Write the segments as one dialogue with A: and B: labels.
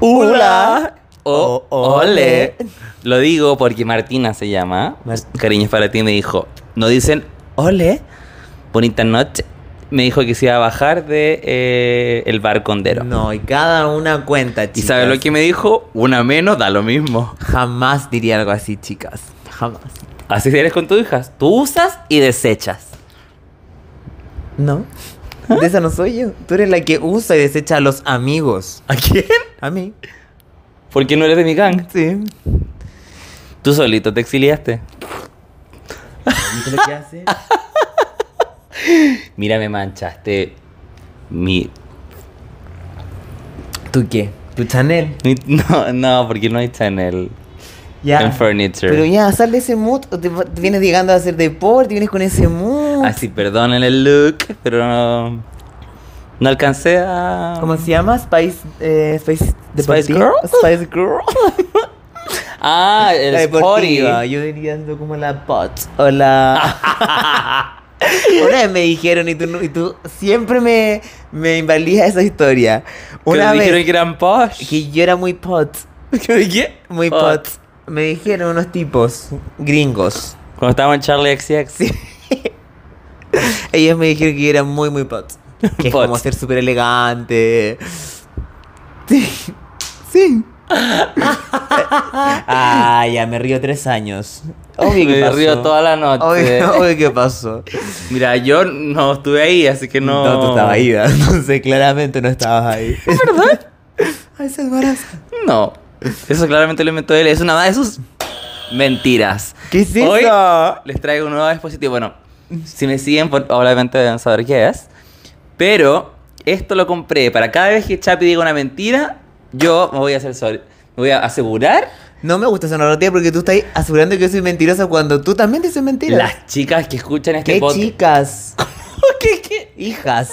A: Hola.
B: O,
A: O-
B: ole.
A: ole.
B: Lo digo porque Martina se llama.
A: Mar-
B: Cariños para ti me dijo. No dicen ole. Bonita noche. Me dijo que se iba a bajar de eh, el barcondero.
A: No, y cada una cuenta, chicas.
B: ¿Y sabe lo que me dijo? Una menos da lo mismo.
A: Jamás diría algo así, chicas. Jamás.
B: Así eres con tu hija. Tú usas y desechas.
A: No. De esa no soy yo. Tú eres la que usa y desecha a los amigos.
B: ¿A quién?
A: A mí.
B: ¿Por qué no eres de mi gang?
A: Sí.
B: Tú solito te exiliaste.
A: ¿Viste lo que hace?
B: Mira, me manchaste mi...
A: ¿Tú qué? ¿Tu Chanel?
B: mi- No, no, porque no está en el...
A: Ya.
B: En furniture.
A: Pero ya, sal de ese mood. o Te, va- te vienes llegando a hacer deporte, vienes con ese mood.
B: Así, Ah, perdonen el look, pero no, no alcancé a...
A: ¿Cómo se llama? Spice... Eh, Spice... Deportiva.
B: Girl?
A: Spice Girl.
B: Ah, el
A: la
B: Sporty.
A: deportiva. Yo diría algo como la pot o la... Una vez me dijeron, y tú, no- y tú siempre me, me invalidas esa historia.
B: Que
A: Una
B: me
A: vez
B: dijeron que eran posh.
A: que yo era muy pot.
B: ¿Qué? ¿Qué?
A: Muy pot. Me dijeron unos tipos gringos.
B: Cuando estábamos en Charlie XX.
A: Sí. Ellos me dijeron que yo era muy, muy pot. Que es
B: Pot.
A: como ser súper elegante. Sí. Sí. ah, ya me río tres años. Obvio que
B: Me
A: pasó.
B: río toda la noche.
A: Obvio, obvio que pasó.
B: Mira, yo no estuve ahí, así que no...
A: tú estabas ahí, ¿verdad? entonces claramente no estabas ahí. ¿Es verdad? Ay, se embaraza.
B: No. Eso claramente lo inventó él. Es una de sus mentiras.
A: ¿Qué es
B: Hoy
A: eso?
B: les traigo un nuevo dispositivo. Bueno, si me siguen, por- obviamente deben saber qué es. Pero esto lo compré para cada vez que Chapi diga una mentira, yo me voy a hacer sorry. Me voy a asegurar.
A: No me gusta esa narrativa porque tú estás asegurando que yo soy mentirosa cuando tú también dices mentiras.
B: Las chicas que escuchan este
A: ¿Qué
B: podcast
A: chicas?
B: ¿Qué, qué?
A: Hijas.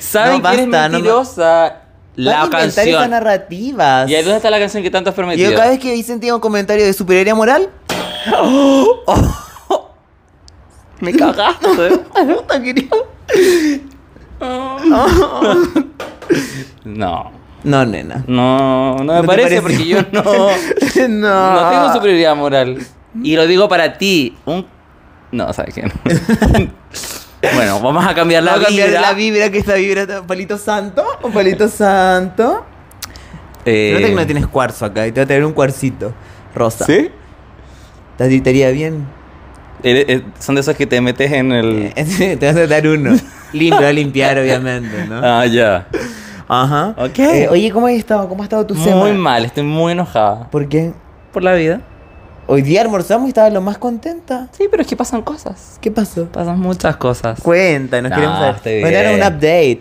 B: saben
A: No,
B: quién
A: basta,
B: es
A: no me-
B: mentirosa.
A: Van a
B: La
A: inventar esas
B: canción.
A: narrativas.
B: ¿Y ahí dónde está la canción que tanto has
A: Y
B: prometido?
A: yo cada vez que Vicente tiene un comentario de superioridad moral,
B: Me cagaste.
A: puta, Ah, querido.
B: no.
A: No, nena.
B: No, no me
A: te
B: parece
A: pareció?
B: porque yo no,
A: no.
B: no tengo superioridad moral. Y lo digo para ti. Un... No, ¿sabes qué? bueno, vamos a cambiar la
A: Vamos a cambiar
B: vibra.
A: la vibra que esta vibra está- palito santo, un palito santo.
B: Eh,
A: Nota que no tienes cuarzo acá y te va a traer un cuarcito rosa.
B: ¿Sí?
A: Te aditaría bien.
B: Eh, eh, son de esos que te metes en el...
A: te vas a dar uno. Limpio, a limpiar obviamente, ¿no?
B: Ah, ya.
A: Ajá.
B: Ok.
A: Eh, oye, ¿cómo has estado? ¿Cómo ha estado tu semana?
B: Muy mal, estoy muy enojada.
A: ¿Por qué?
B: Por la vida.
A: Hoy día almorzamos y estaba lo más contenta.
B: Sí, pero es que pasan cosas.
A: ¿Qué pasó?
B: Pasan muchas cosas.
A: Cuenta, nos
B: No,
A: queremos
B: estoy
A: saber. Bueno, era un
B: bien.
A: update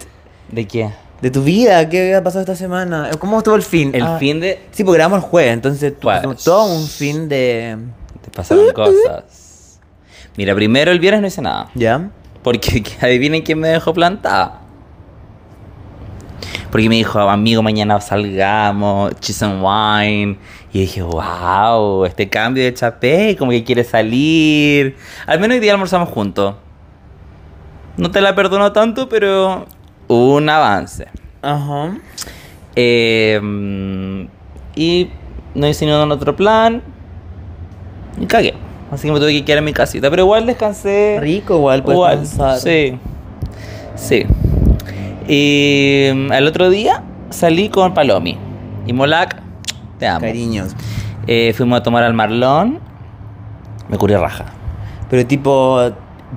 B: ¿De qué?
A: de tu vida. ¿Qué ha pasado esta semana? ¿Cómo estuvo el fin?
B: El
A: Ah,
B: fin de...
A: Sí, porque grabamos el jueves, entonces tu-
B: Bueno.
A: todo un fin de.
B: Te pasaron cosas. Mira, primero el viernes no hice nada.
A: ¿Ya?
B: Porque que adivinen quién me dejó plantada. Porque me dijo, amigo, mañana salgamos, cheese and wine. Y dije, wow, este cambio de chapé, como que quiere salir. Al menos hoy día almorzamos juntos. No te la perdono tanto, pero hubo un avance.
A: Ajá.
B: Eh, mm, y no hice ningún otro plan. Y cagué. Así que me tuve que quedar en mi casita. Pero igual descansé.
A: Rico, igual, puedes
B: Igual,
A: pensar.
B: Sí. Sí. Y mm, al otro día salí con Palomi. Y Molac, te amo.
A: Cariños.
B: Eh, fuimos a tomar al Marlón. Me curé raja.
A: Pero tipo.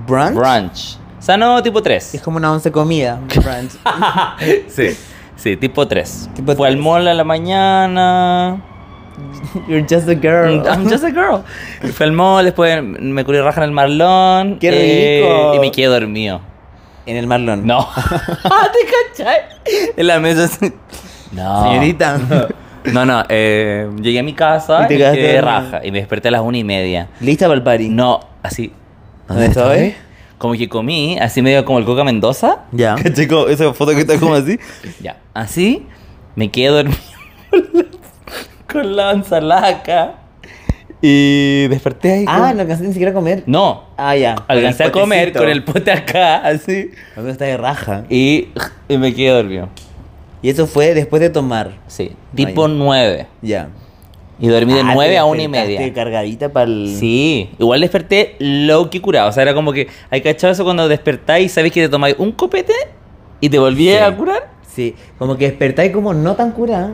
A: ¿Brunch?
B: Brunch. Sano tipo
A: Es
B: 3.
A: como una once comida. Brunch.
B: sí. Sí, tipo 3.
A: Tipo
B: Fue al
A: tres.
B: mall a la mañana. Mm,
A: You're just a girl.
B: I'm just a girl. Fue al mall, después me curé raja en el Marlón.
A: ¡Qué rico!
B: y me quedé dormido.
A: En el Marlon.
B: No. Ah, ¿Te cachai? En la mesa. así. No.
A: Señorita.
B: No, no. eh, llegué a mi casa
A: Y te
B: y,
A: quedaste
B: quedé
A: dormida.
B: raja. Y me desperté a las una y media.
A: ¿Lista para el party?
B: No, así.
A: ¿Dónde estoy?
B: Como que comí, así medio como el Coca Mendoza.
A: Ya.
B: Chico, esa foto que está como así. Ya. Así, me quedé dormido con la ensalaca. Y desperté ahí.
A: Ah,
B: con-
A: no alcanzaste ni siquiera a comer.
B: No,
A: Ah, ya.
B: alcancé a comer con el pote acá, así.
A: Amigo está de raja.
B: Y, y me quedé dormido.
A: Y eso fue después de tomar.
B: Sí, tipo 9.
A: Ya.
B: Y dormí de
A: Ah, te
B: 9 a 1 y
A: despertaste
B: media.
A: cargadita para el.
B: Sí, igual desperté low que curado. O sea, era como que hay cachado eso cuando despertáis y sabéis que te tomáis un copete y te volví
A: Sí.
B: a curar.
A: Sí, como que despertáis como no tan curada,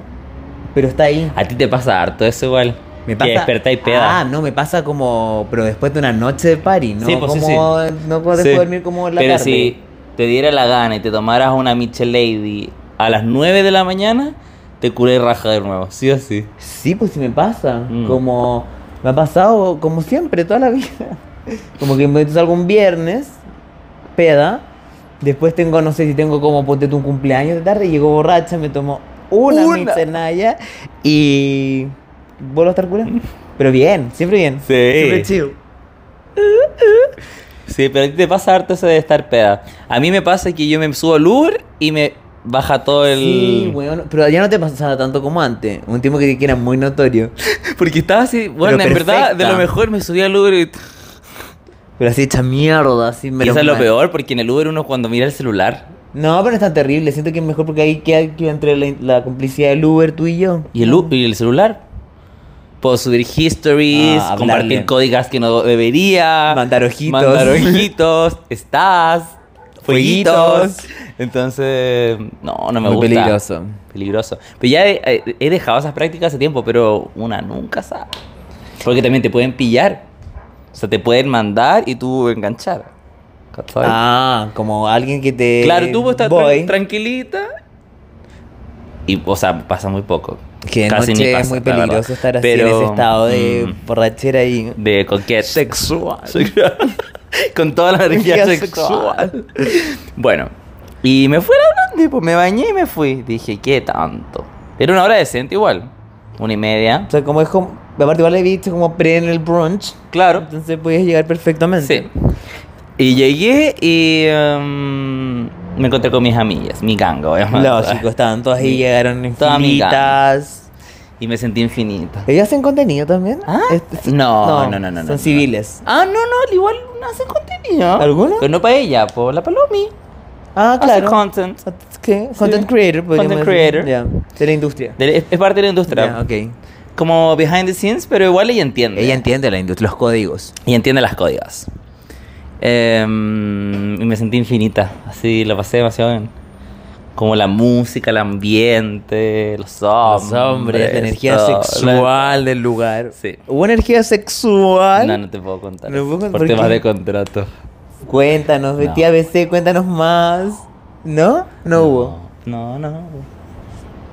A: pero está ahí.
B: A ti te pasa harto eso igual.
A: Me
B: Que despertáis peda.
A: Ah, no, me pasa como. Pero después de una noche de party, ¿no?
B: Sí, pues, sí,
A: como, No puedo
B: Sí.
A: dormir como en la
B: Pero
A: tarde.
B: si te diera la gana y te tomaras una Michel Lady a las 9 de la mañana, te curé raja de nuevo. Sí o sí.
A: Sí, pues sí me pasa.
B: Mm.
A: Como me ha pasado como siempre, toda la vida. Como que me salgo un viernes, peda. Después tengo, no sé si tengo como ponte tu cumpleaños de tarde, y llego borracha, me tomo una,
B: Una.
A: michelada y vuelvo a estar curado. Pero bien, siempre bien.
B: Mm. Sí.
A: Siempre chill.
B: Sí, pero a ti te pasa harto eso de estar peda. A mí me pasa que yo me subo al Uber y me baja todo el.
A: Sí, weón. Pero ya no te pasaba tanto como antes. Un tiempo que, que era muy notorio.
B: Porque estaba así, bueno, en
A: Pero
B: verdad, de
A: perfecta.
B: lo mejor me subí al Uber y,
A: Pero así hecha mierda, así
B: y
A: menos
B: eso es lo
A: mal.
B: peor, porque en el Uber uno cuando mira el celular.
A: No, pero no es tan terrible. Siento que es mejor porque ahí queda, queda entre la, la complicidad del Uber, tú y yo.
B: ¿Y el, u- y el celular? Puedo subir histories,
A: Ah, hablarle.
B: compartir códigos que no debería.
A: Mandar ojitos.
B: Mandar ojitos, estás,
A: Fueguitos.
B: fueguitos. Entonces, no, no me
A: Muy
B: gusta.
A: peligroso.
B: Peligroso. Pero ya he, he- he dejado esas prácticas hace tiempo, pero una nunca sabe. Porque también te pueden pillar. O sea, te pueden mandar y tú enganchar. ¿Cachai?
A: Ah, como alguien que te.
B: Claro, tú estás tran-
A: boy,
B: tranquilita. Y, o sea, pasa muy poco.
A: Que de
B: Casi ni
A: noche es
B: pasa,
A: muy
B: la verdad.
A: peligroso estar así en
B: Pero,
A: ese estado de
B: mm,
A: borrachera y.
B: de coquete.
A: Sexual.
B: Sexual. Con toda la energía
A: Energía
B: sexual. bueno, y me fui a la grande, pues me bañé y me fui. Dije, ¿qué tanto? Era una hora decente igual. Una y media.
A: O sea, como es como. Aparte, igual le viste como pre en el brunch.
B: Claro.
A: Entonces podías llegar perfectamente.
B: Sí. Y llegué y em, me encontré con mis amigas, mi ganga, obviamente.
A: Lógico, estaban todas ahí,
B: Sí.
A: llegaron
B: Todas
A: infinitas.
B: Y me sentí infinita.
A: ¿Ellas hacen contenido también?
B: ¿Ah?
A: Este- sí.
B: No, no, no, no,
A: Son
B: no, no.
A: civiles.
B: Ah, no, no, al igual no hacen contenido.
A: ¿Alguno?
B: Pero no para ella, por la Palomi.
A: Ah,
B: Hace
A: claro.
B: content.
A: ¿Qué? Content
B: Sí.
A: creator, podríamos
B: Content
A: decir.
B: creator.
A: Ya, De la industria.
B: De- es, es parte de la industria.
A: Ya, ok.
B: Como behind the scenes, pero igual ella entiende.
A: Ella entiende la industria, los códigos.
B: Y entiende las códigos. Em, y me sentí infinita. Así, la pasé demasiado bien. Como la música, el ambiente, los hombres.
A: Los hombres, la energía
B: todo, la-
A: sexual del lugar.
B: Sí.
A: ¿Hubo energía sexual?
B: No, no te puedo contar.
A: No
B: eso,
A: puedo
B: por
A: contar
B: temas
A: qué.
B: de contrato.
A: Cuéntanos, Betty
B: No.
A: ABC, cuéntanos más. ¿No? No, hubo.
B: No, no. no.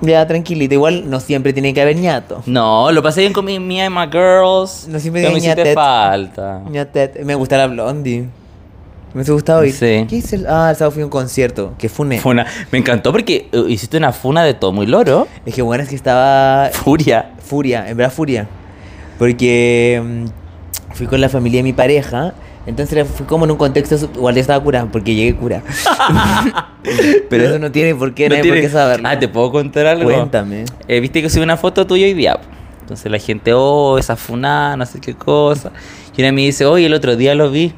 A: Ya, tranquilita. Igual no siempre tiene que haber ñato.
B: No, lo pasé bien con mi, mi and my girls.
A: No, siempre
B: pero
A: digo
B: me hiciste
A: ñatet.
B: falta.
A: Ñatet. Me gusta la Blondie. Me hubiese gustado ir.
B: Sí.
A: ¿Qué hice? el- Ah, el sábado fui a un e-, concierto. Que fune.
B: Funa. Me encantó porque eh, hiciste una funa de Tomo y Loro.
A: Es que bueno, es que estaba
B: Furia.
A: Furia, en verdad furia. Porque mm, fui con la familia de mi pareja. Entonces era- fui como en un contexto, sub- igual yo estaba curada, porque llegué cura. Pero eso no tiene por qué,
B: No
A: no hay
B: tiene-
A: por qué saberlo.
B: Ah, te puedo contar algo.
A: Cuéntame.
B: Eh, Viste que subí una foto tuya hoy día. Entonces la gente, oh, esa funa, no sé qué cosa. Y una me dice, oye, el otro día lo vi.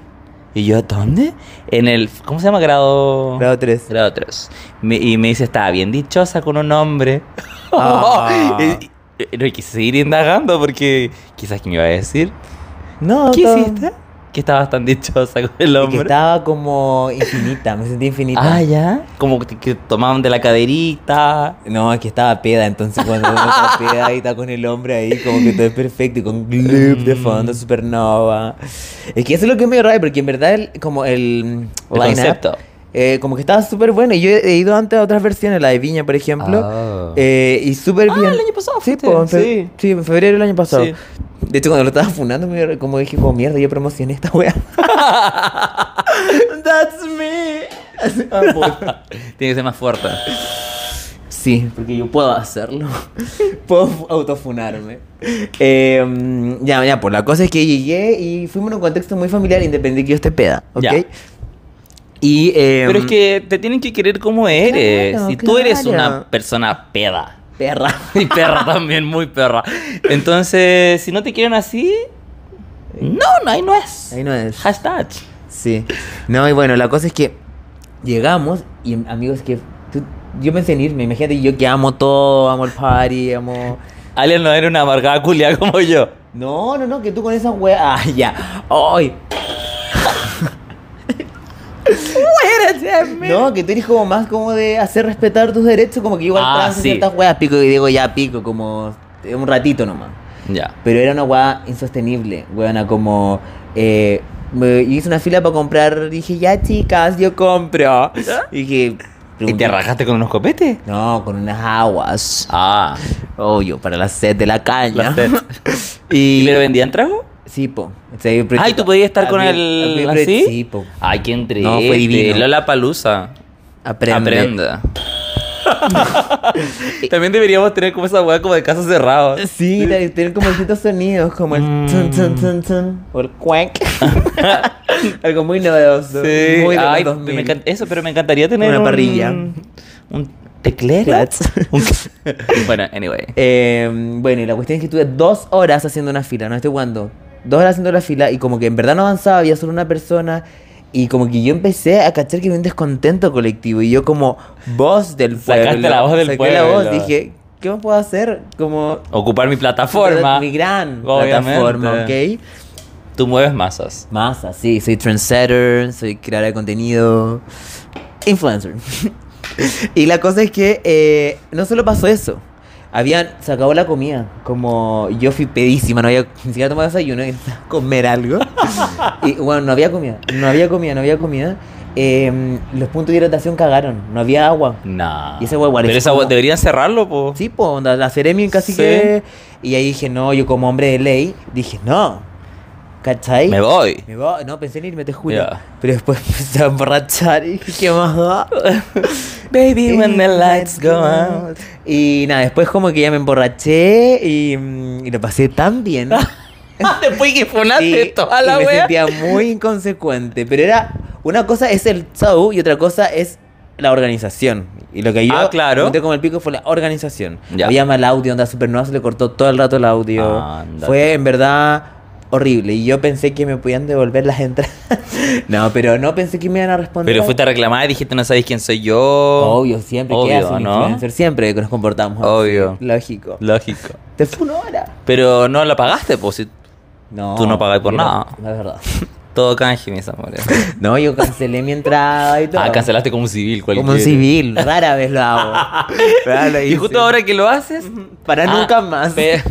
B: Y yo, ¿dónde? En el, ¿cómo se llama? Grado...
A: Grado 3.
B: Grado 3. y me dice, estaba bien dichosa con un hombre.
A: Ah.
B: Y- y- no quise seguir indagando porque quizás que me iba a decir.
A: No,
B: ¿Qué
A: todo-
B: hiciste? Que estabas tan dichosa con el
A: Es Ah, que
B: hombre.
A: estaba como infinita, me sentí infinita.
B: Ah, ya. Como que, que tomaban de la caderita.
A: No, es que estaba peda, entonces cuando uno está peda y está con el hombre ahí, como que todo es perfecto, y con Gloop de fondo, Supernova. Es que eso es lo que es medio raro, porque en verdad, el- como el, mm,
B: El
A: lineup,
B: concepto.
A: eh, como que estaba súper bueno. Y yo he he ido antes a otras versiones, la de Viña, por ejemplo,
B: Ah.
A: eh, y súper
B: Ah,
A: bien.
B: el año pasado
A: Sí,
B: fuiste,
A: po, en fe-
B: sí.
A: sí, en febrero del año pasado.
B: Sí.
A: De hecho, cuando lo estaba funando, me- como dije, como mierda, yo promocioné esta wea. That's me.
B: Tiene que ser más fuerte.
A: Sí, porque yo puedo hacerlo. puedo fu- autofunarme. Eh, mm, ya, ya, pues la cosa es que llegué y fuimos en un contexto muy familiar, independiente que yo esté peda, ¿ok?
B: Ya.
A: Y, eh,
B: Pero es que te tienen que querer como eres.
A: Claro,
B: y tú eres
A: claro.
B: una persona peda.
A: Perra.
B: Y perra también, muy perra. Entonces, si no te quieren así, no, no, ahí no es.
A: Ahí no es.
B: Hashtag.
A: Sí. No, y bueno, la cosa es que llegamos y amigos que tú yo pensé en irme, imagínate, yo que amo todo, amo el party, amo...
B: Alien no era una amargada culia como yo.
A: No, no, no, que tú con esa wea... Ah, ya. Ay. No, que tú eres como más como de hacer respetar tus derechos, como que igual
B: Ah,
A: trans y
B: sí.
A: ciertas weas pico y digo ya pico, como eh, un ratito nomás.
B: Ya.
A: Pero era una weá insostenible, weona, como... Eh, me yo hice una fila para comprar, dije, ya chicas, yo compro. Y dije...
B: ¿Y te
A: pregunté-
B: rajaste con unos copetes?
A: No, con unas aguas.
B: Ah.
A: Obvio, para la sed de la caña.
B: La sed. ¿Y, le vendían trago?
A: Sí, po. O sea, yo pre-
B: Ay, ¿tú podías estar con
A: Había-
B: el
A: había pre-
B: así?
A: Sí, po.
B: Ay, qué entre.
A: No, fue divino.
B: Lola Palusa.
A: Aprende.
B: Aprenda. También deberíamos tener como esa weá como de casa cerrado.
A: Sí, de- tienen como distintos sonidos, como el
B: Mm.
A: tun, tun, tun, tun, o el cuenc. Algo muy novedoso.
B: Sí.
A: Muy de los
B: Ay,
A: 2000.
B: me encanta- eso, pero me encantaría tener
A: Una
B: un-
A: parrilla.
B: Un teclero.
A: Clats.
B: Un- bueno, anyway.
A: Eh, bueno, y la cuestión es que estuve dos horas haciendo una fila, no estoy jugando. Dos horas haciendo la fila y como que en verdad no avanzaba, había solo una persona. Y como que yo empecé a cachar que había un descontento colectivo. Y yo como voz del pueblo.
B: Sacaste la voz del
A: saqué la
B: pueblo.
A: voz, dije, ¿qué más puedo hacer? Como...
B: Ocupar mi plataforma.
A: Mi gran
B: Obviamente.
A: plataforma, ¿ok?
B: Tú mueves masas.
A: Más así, soy trendsetter, soy creadora de contenido, influencer. y la cosa es que eh, no solo pasó eso, habían, se acabó la comida, como yo fui pedísima, no había ni siquiera tomado desayuno, y empecé a comer algo. y bueno, no había comida, no había comida, no había comida. Eh, los puntos de hidratación cagaron, no había agua.
B: Nah.
A: Y esa weá igual
B: Pero
A: es
B: esa weá-
A: como-
B: deberían cerrarlo, po.
A: Sí, pues, onda, la Ceremi casi
B: Sí.
A: que... Y ahí dije, no, yo como hombre de ley, dije, no, ¿cachai?
B: Me voy.
A: Me voy- no, pensé en irme, te juro.
B: Ya.
A: Pero después me empecé a emborrachar y dije, ¿qué más da?
B: Baby,
A: Y nada, después como que ya me emborraché y, mm, y lo pasé tan bien. Ah,
B: Después que
A: y,
B: funaste toda
A: y
B: la
A: me
B: wea.
A: sentía muy inconsecuente. Pero era, una cosa es el show y otra cosa es la organización. Y lo que yo
B: Ah, claro.
A: monté como el pico fue la organización.
B: Ya.
A: Había mal audio, onda supernova, se le cortó todo el rato el audio.
B: Ándate.
A: Fue en verdad horrible. Y yo pensé que me podían devolver las entradas. no, pero no pensé que me iban a responder.
B: Pero fuiste a reclamar y dijiste, no sabéis quién soy yo.
A: Obvio, siempre. ¿Qué
B: Obvio,
A: hace un
B: ¿no?
A: influencer? Siempre que nos comportamos. así.
B: Obvio.
A: Lógico.
B: Lógico.
A: Te fue una hora.
B: Pero no la pagaste, pues. si
A: No.
B: Tú no pagas por
A: yo no-
B: nada.
A: No, es verdad.
B: Todo canje, mis amores.
A: No, yo cancelé mi entrada y todo.
B: Ah, cancelaste como un civil cualquiera.
A: Como un civil, rara vez lo hago. Rara lo
B: Y
A: hice.
B: justo ahora que lo haces,
A: Para
B: Ah,
A: nunca más.
B: pe-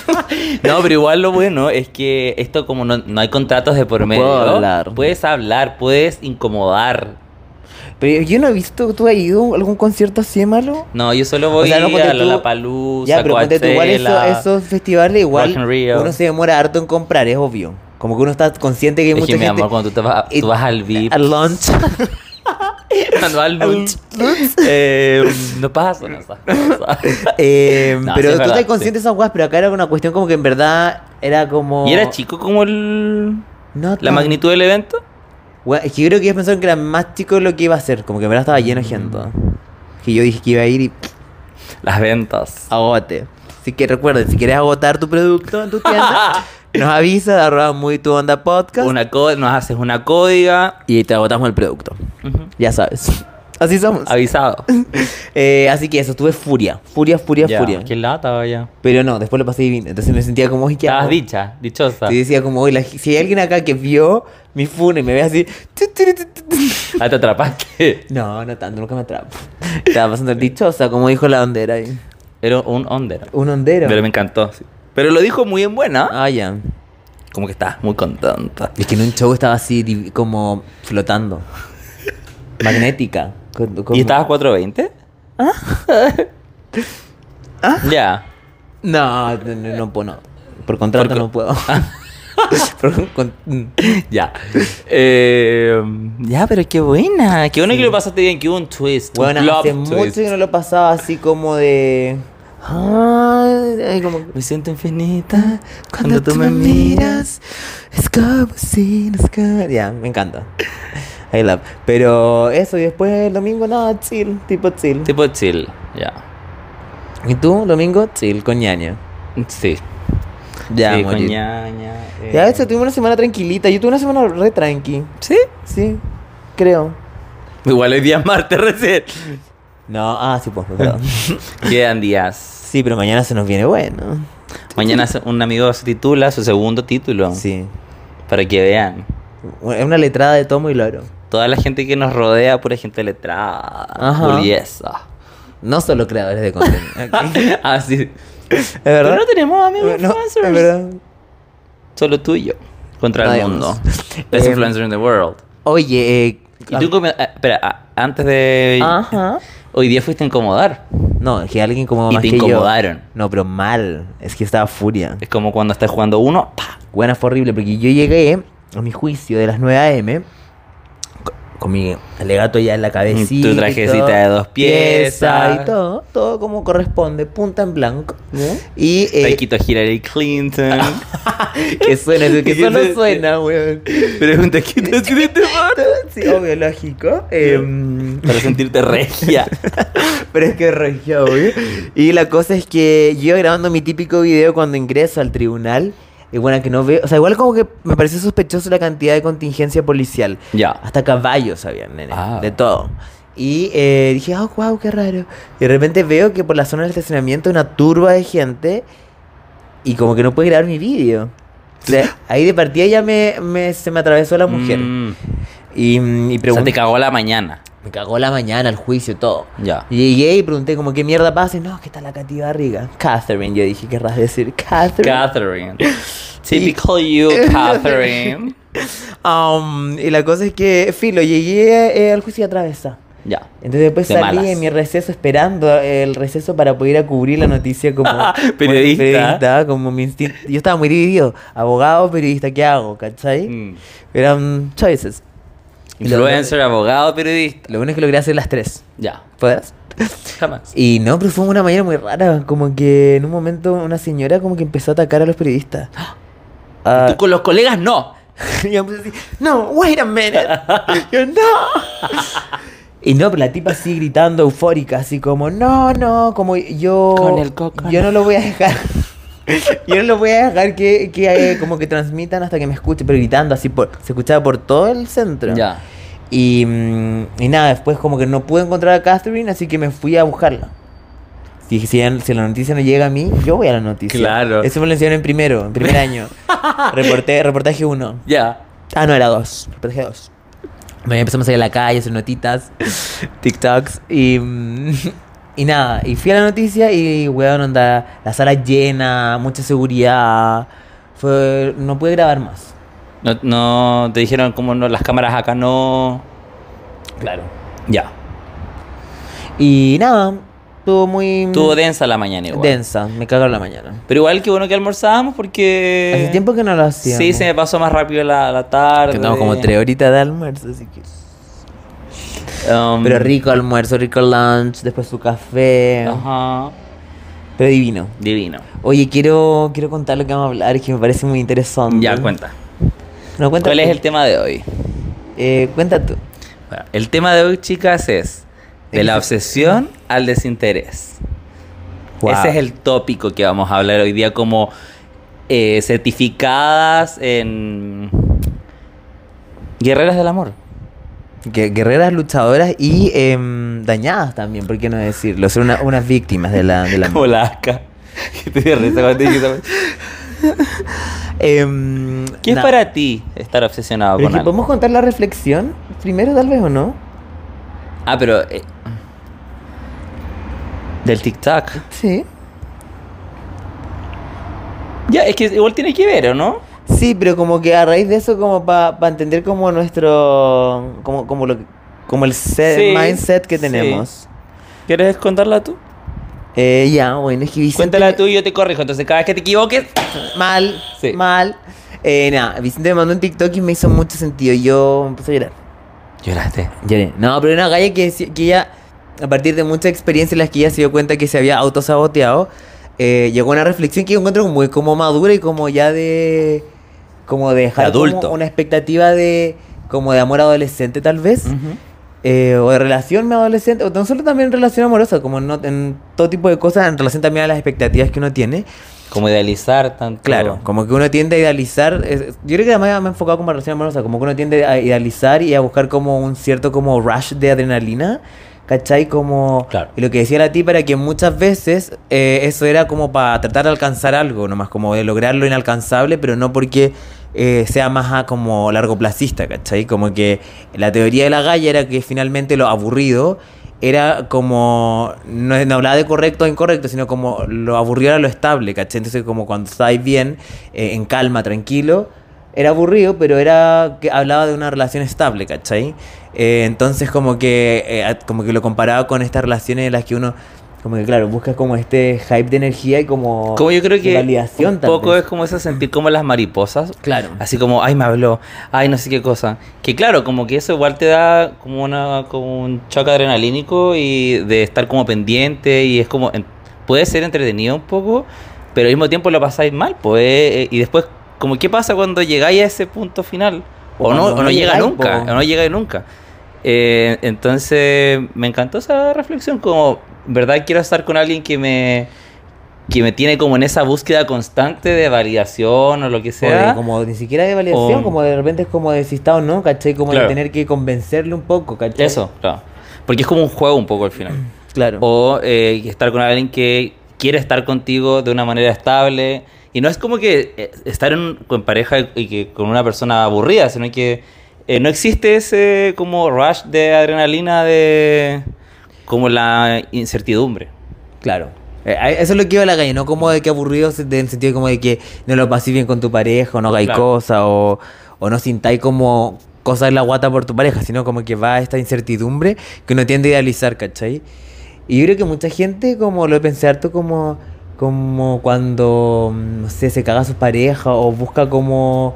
B: no, pero igual lo bueno es que esto como no, no hay contratos de por
A: No
B: medio,
A: puedo hablar.
B: puedes hablar, puedes incomodar.
A: Pero yo no he visto, ¿tú has ido a algún concierto así malo?
B: No, yo solo voy
A: sea, no, ponte
B: a
A: tú-
B: la palusa,
A: ya, pero ponte tú, igual eso- esos festivales, igual
B: Rock in Rio.
A: uno se demora harto en comprar, es obvio. Como que uno está consciente que hay
B: Es
A: mucha
B: que mi
A: gente.
B: amor, cuando tú, te vas,
A: Eh,
B: tú vas al VIP,
A: Al lunch.
B: cuando vas al lunch, eh, no pasa, no pasa. no pasa.
A: Eh,
B: No, sí
A: pero
B: es
A: tú
B: verdad,
A: estás consciente de esas weas, pero acá era una cuestión como que en verdad era como.
B: ¿Y era chico como el,
A: No
B: la
A: tan-
B: magnitud del evento?
A: Wea, es que yo creo que ellos pensaron que era más chico de lo que iba a ser. Como que en verdad estaba
B: Mm.
A: lleno de gente. Que yo dije que iba a ir y.
B: Las ventas.
A: agote. Así que recuerden, si quieres agotar tu producto en tu tienda, nos avisa, de arroba muy tu onda podcast
B: Una co- nos haces una códiga.
A: y te agotamos el producto.
B: Ujú.
A: Ya sabes. Así somos.
B: Avisado.
A: Eh, así que eso, tuve furia. Furia, furia,
B: Ya,
A: furia.
B: Qué lata, vaya.
A: Pero no, después lo pasé divino. Entonces me sentía como, "Ay, ¿qué
B: Estabas
A: hago?".
B: dicha, dichosa.
A: Sí, decía como, "Oye, la- si hay alguien acá que vio mi funa y me ve así... tu, tu, tu, tu, tu".
B: Ah, te atrapaste.
A: No, no tanto, nunca me atrapo. Estaba pasando dichosa, como dijo la ondera ahí.
B: Era un ondero.
A: Un ondero.
B: Pero me encantó. sí. Pero lo dijo muy en buena.
A: Ah, ya.
B: Como que estabas muy contenta.
A: Es que en un show estaba así div- como flotando. Magnética. Con- como-
B: ¿Y estabas 420? ¿Ah? Ya.
A: No, no, no, no puedo. no. Por contrato
B: Por co-
A: no puedo. Por con- mm.
B: Ya. Eh, ya, pero qué buena. Qué bueno que lo pasaste bien, que hubo un twist. un
A: Bueno,
B: plot
A: hace mucho
B: twist.
A: que no lo pasaba así como de. Ay, ay, como...
B: Me siento infinita
A: Cuando tú me miras, es como si nos ca- Ya, me encanta. I love. Pero eso, y después el domingo, nada, chill, tipo chill.
B: Tipo chill. Ya.
A: ¿Y tú, domingo? Chill, con ñaña.
B: Sí.
A: Ya,
B: sí,
A: morir.
B: con ñaña, eh.
A: Ya, eso, tuve una semana tranquilita. Yo tuve una semana re tranqui.
B: Sí.
A: Sí, creo.
B: Igual hoy día es martes recién.
A: No, ah, sí, pues, verdad.
B: Quedan días.
A: Sí, pero mañana se nos viene bueno.
B: Mañana se- un amigo se titula su segundo título.
A: Sí.
B: Para que vean.
A: Es una letrada de tomo y loro.
B: Toda la gente que nos rodea, pura gente letrada.
A: Ajá.
B: Burguesa.
A: No solo creadores de contenido.
B: Así.
A: ¿Es verdad? Eh,
B: Pero no tenemos amigos
A: No,
B: influencers.
A: es verdad.
B: Solo tuyo. Contra
A: Nadie
B: el mundo.
A: más.
B: Best
A: Em,
B: influencer in the world.
A: Oye, eh,
B: Y tú, come- ah, espera, ah, antes de.
A: Ajá.
B: Hoy día fuiste a incomodar.
A: No, es que alguien como
B: Y
A: más
B: te
A: que yo.
B: incomodaron.
A: No, pero mal. Es que estaba furia.
B: Es como cuando estás jugando uno, pa,
A: Buena fue horrible porque yo llegué a mi juicio de las 9 a.m. co- con mi alegato ya en la cabecita.
B: Tu
A: y
B: trajecita
A: todo,
B: de dos
A: pieza
B: piezas.
A: Y todo, todo como corresponde, punta en blanco. Y eh,
B: Taquito Hillary Clinton.
A: que suena, que solo suena, weón.
B: Pero es un taquito así de este vato,
A: Sí, obvio, lógico. Em,
B: Para sentirte regia.
A: Pero es que regió, güey. Y la cosa es que yo grabando mi típico video cuando ingreso al tribunal, y bueno, que no veo. O sea, igual como que me pareció sospechoso la cantidad de contingencia policial.
B: Ya.
A: Hasta caballos habían, nene.
B: Ah.
A: De todo. Y eh, dije, ah, wow, qué raro. Y de repente veo que por la zona del estacionamiento hay una turba de gente y como que no puede grabar mi vídeo. O sea, ahí de partida ya me, me- se me atravesó la mujer.
B: Mm.
A: Y,
B: O
A: mm, y
B: sea, te
A: pregunté.
B: cagó la mañana.
A: me cagó la mañana, el juicio, todo.
B: Ya.
A: Llegué y pregunté como qué mierda pasa y no, que está la Katy Barriga. Catherine, yo dije, querrás decir Catherine.
B: Catherine. Typical you, Catherine.
A: Um, y la cosa es que, filo, llegué eh, al juicio y atravesá.
B: Ya.
A: Entonces después
B: De
A: salí
B: malas.
A: en mi receso esperando el receso para poder ir a cubrir la noticia como como
B: Periodista.
A: periodista, como mi instinto. Yo estaba muy dividido, abogado, periodista, ¿qué hago? ¿Cachai?
B: Mm.
A: Eran choices. Y lo-
B: Influencer, abogado, periodista.
A: Lo bueno es que logré hacer las tres.
B: Ya.
A: ¿Puedes?
B: Jamás.
A: Y no, pero fue una manera muy rara. Como que en un momento una señora como que empezó a atacar a los periodistas. Ah,
B: Tú con los colegas no.
A: y yo empecé así, no, wait a minute. Yo, no. Y no, pero la tipa así gritando eufórica, así como, no, no, como yo.
B: Con el coco,
A: Yo no lo voy a dejar. Yo no lo voy a dejar que, que eh, como que transmitan hasta que me escuche, pero gritando así, por, se escuchaba por todo el centro.
B: Ya.
A: Y, mm, y nada, después como que no pude encontrar a Catherine, así que me fui a buscarla. Dije, si, ya- si la noticia no llega a mí, yo voy a la noticia.
B: Claro.
A: Eso me lo enseñaron en primero, en primer año. Reporté, reportaje 1.
B: Ya.
A: Ah, no, era 2. Reportaje 2. Bueno, empezamos a ir a la calle, hacer notitas, TikToks y... mm, Y nada, y fui a la noticia y, weón, onda, la sala llena, mucha seguridad. Fue, no pude grabar más.
B: No, no te dijeron como no, las cámaras acá no.
A: Claro.
B: Ya.
A: Y nada, estuvo muy...
B: Estuvo Mm. densa la mañana igual.
A: Densa, me cago en la mañana.
B: Pero igual que bueno que almorzábamos porque.
A: Hace tiempo que no lo hacíamos.
B: Eh, Sí, se me pasó más rápido la, la tarde.
A: Que estamos como tres horitas de almuerzo, así que...
B: Um,
A: Pero rico almuerzo, rico lunch, después su café.
B: Ajá.
A: Pero divino.
B: Divino.
A: Oye, quiero, quiero contar lo que vamos a hablar, que me parece muy interesante.
B: Ya, cuenta.
A: No, cuenta
B: ¿Cuál
A: tú.
B: es el tema de hoy?
A: Eh, cuenta tú.
B: Bueno, el tema de hoy, chicas, es de la obsesión al desinterés.
A: Wow.
B: Ese es el tópico que vamos a hablar hoy día como eh, certificadas en guerreras del amor.
A: Que- guerreras luchadoras y em, dañadas también, ¿por qué no decirlo? Son una- unas víctimas de la... De la...
B: Como la ACA. Que te dio risa cuando dije esa-
A: Em,
B: ¿Qué es
A: na-
B: para ti estar obsesionado
A: Pero es
B: con
A: que
B: algo?
A: ¿Podemos contar la reflexión primero tal vez o no?
B: Ah, pero... eh, del tic-tac.
A: Sí.
B: Ya, es que igual tiene que ver, ¿o no?
A: Sí, pero como que a raíz de eso, como para entender como nuestro, como, como lo, que- como el set-
B: Sí,
A: mindset que
B: sí.
A: tenemos.
B: ¿Quieres contarla tú?
A: Eh, ya, bueno, es que Vicente...
B: Cuéntala tú y yo te corrijo. Entonces, cada vez que te equivoques...
A: Mal,
B: Sí.
A: mal. Eh, nada, Vicente me mandó un TikTok y me hizo mucho sentido. Yo empecé a llorar.
B: Lloraste.
A: Lloré. No, pero era una galla que, decía- que ella, a partir de mucha experiencia en las que ella se dio cuenta que se había autosaboteado, eh, llegó a una reflexión que yo encuentro muy como madura y como ya de... Como de dejar como
B: adulto.
A: una expectativa de... Como de amor adolescente tal vez.
B: Mm.
A: eh, o de relación me adolescente, o no solo también relación amorosa, como en, no- en todo tipo de cosas, en relación también a las expectativas que uno tiene.
B: Como idealizar tanto.
A: Claro, como que uno tiende a idealizar, es- es- yo creo que además me he enfocado como a relación amorosa, como que uno tiende a idealizar y a buscar como un cierto como rush de adrenalina ¿Cachai? Como.
B: Claro.
A: Y lo que decía la tipa era que muchas veces eh, eso era como para tratar de alcanzar algo, nomás como de lograr lo inalcanzable, pero no porque eh, sea más a como largoplacista, ¿cachai? Como que la teoría de la galla era que finalmente lo aburrido era como. No, no hablaba de correcto o incorrecto, sino como lo aburrido era lo estable, ¿cachai? Entonces, como cuando estáis bien, eh, en calma, tranquilo era aburrido, pero era que hablaba de una relación estable, ¿cachai? Eh, entonces como que eh, a- como que lo comparaba con estas relaciones en las que uno como que claro, busca como este hype de energía y como
B: Como yo creo
A: de
B: que
A: validación
B: un poco
A: tal
B: es como eso sentir como las mariposas.
A: Claro.
B: Así como, ay, me habló, ay, no sé qué cosa. Que claro, como que eso igual te da como, una, como un choque adrenalínico y de estar como pendiente y es como, en- puede ser entretenido un poco, pero al mismo tiempo lo pasáis mal, pues. eh, Y después, como, ¿qué pasa cuando llegáis a ese punto final?
A: O
B: O no,
A: cuando
B: o no
A: no
B: llega
A: llegáis,
B: nunca,
A: po.
B: o no llega nunca. Eh, entonces, me encantó esa reflexión, como, ¿verdad? Quiero estar con alguien que me que me tiene como en esa búsqueda constante de validación o lo que
A: vez. O de-
B: sea.
A: como ni siquiera de validación,
B: o-
A: como de repente es como de si está o no, ¿cachai? Como
B: Claro.
A: de tener que convencerle un poco, ¿cachai?
B: Eso, claro. Porque es como un juego un poco al final.
A: Claro.
B: O eh, estar con alguien que quiere estar contigo de una manera estable. Y no es como que eh, estar en, con pareja y, y que con una persona aburrida, sino que eh, no existe ese como rush de adrenalina de como la incertidumbre.
A: Claro. Eh, a- Eso es lo que iba a la calle, no como de que aburrido se- de- en el sentido como de que no lo pasís bien con tu pareja, o no hagáis
B: Claro.
A: cosas, o, o no sintáis como cosas en la guata por tu pareja, sino como que va esta incertidumbre que uno tiende a idealizar, ¿cachai? Y yo creo que mucha gente como lo pensé harto como, como cuando, mm, no sé, se caga a su pareja o busca como...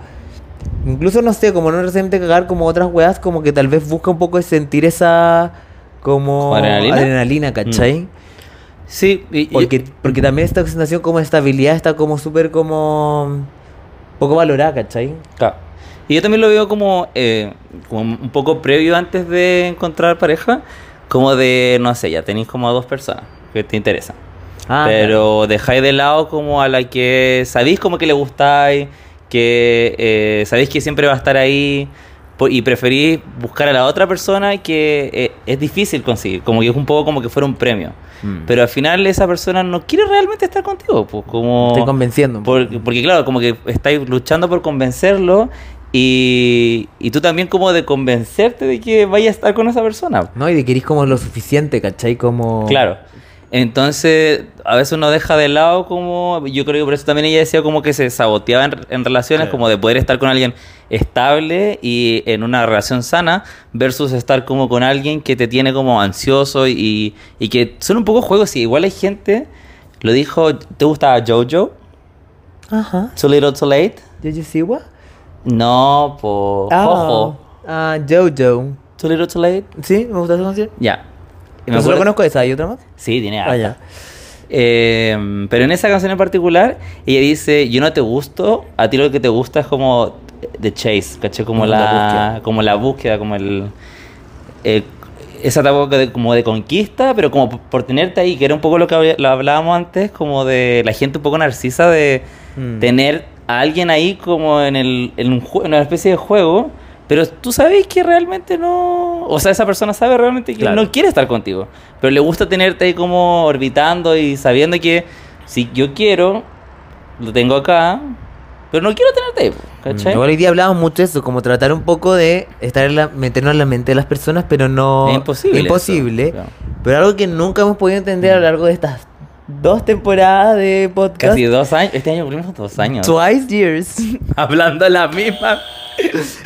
A: Incluso no sé, como no necesariamente cagar como otras weas, como que tal vez busca un poco de sentir esa como
B: ¿Como adrenalina? Mm.
A: adrenalina, ¿cachai?
B: Sí, y, y-
A: Porque, porque también esta sensación como de estabilidad está como súper como... Poco valorada, ¿cachai?
B: Claro. Y yo también lo veo como, eh, como un poco previo antes de encontrar pareja, como de, no sé, ya tenéis como a dos personas que te interesan.
A: Ah,
B: pero dejáis de lado como a la que sabéis como que le gustáis, que eh, sabéis que siempre va a estar ahí po- y preferís buscar a la otra persona que eh, es difícil conseguir, como que es un poco como que fuera un premio.
A: Mm.
B: Pero al final esa persona no quiere realmente estar contigo, pues como...
A: Estoy convenciendo. un poco.
B: Por- porque claro, como que estáis luchando por convencerlo y, y tú también como de convencerte de que vaya a estar con esa persona.
A: ¿No? Y de querís como lo suficiente, ¿cachai? Como...
B: Claro. Entonces, a veces uno deja de lado como, yo creo que por eso también ella decía como que se saboteaba en, en relaciones,
A: Claro.
B: como de poder estar con alguien estable y en una relación sana, versus estar como con alguien que te tiene como ansioso y, y que son un poco juegos. Y igual hay gente, lo dijo, ¿te gusta Jojo?
A: Ajá.
B: Too Little Too Late.
A: ¿Jojo Siwa?
B: No, po.
A: Ah.
B: Jojo.
A: Ah, Jojo.
B: Too little too late.
A: ¿Sí? ¿Me gusta esa canción?
B: Ya. Y me
A: No solo
B: acuerdo-
A: conozco esa, ¿hay otra más?
B: Sí, tiene
A: Ah,
B: harta.
A: ya.
B: Eh, pero en esa canción en particular, ella dice, yo no te gusto, a ti lo que te gusta es como The Chase, caché como,
A: Como
B: la,
A: la búsqueda.
B: como la búsqueda, como el... eh, esa etapa de- como de conquista, pero como por- por tenerte ahí, que era un poco lo que habl- lo hablábamos antes, como de la gente un poco narcisa de
A: Mm.
B: tener a alguien ahí como en, el, en, un jue- en una especie de juego, pero tú sabes que realmente no... O sea, esa persona sabe realmente que
A: Claro.
B: no quiere estar contigo, pero le gusta tenerte ahí como orbitando y sabiendo que si yo quiero, lo tengo acá, pero no quiero tenerte ahí, ¿cachai?
A: Igual hoy día hablábamos mucho de eso, como tratar un poco de estar en la- meternos en la mente de las personas, pero no...
B: Es imposible eso,
A: imposible.
B: claro.
A: Pero algo que nunca hemos podido entender a lo largo de estas dos temporadas de podcast.
B: Casi dos años, este año cumplimos dos años.
A: Twice years.
B: Hablando la misma.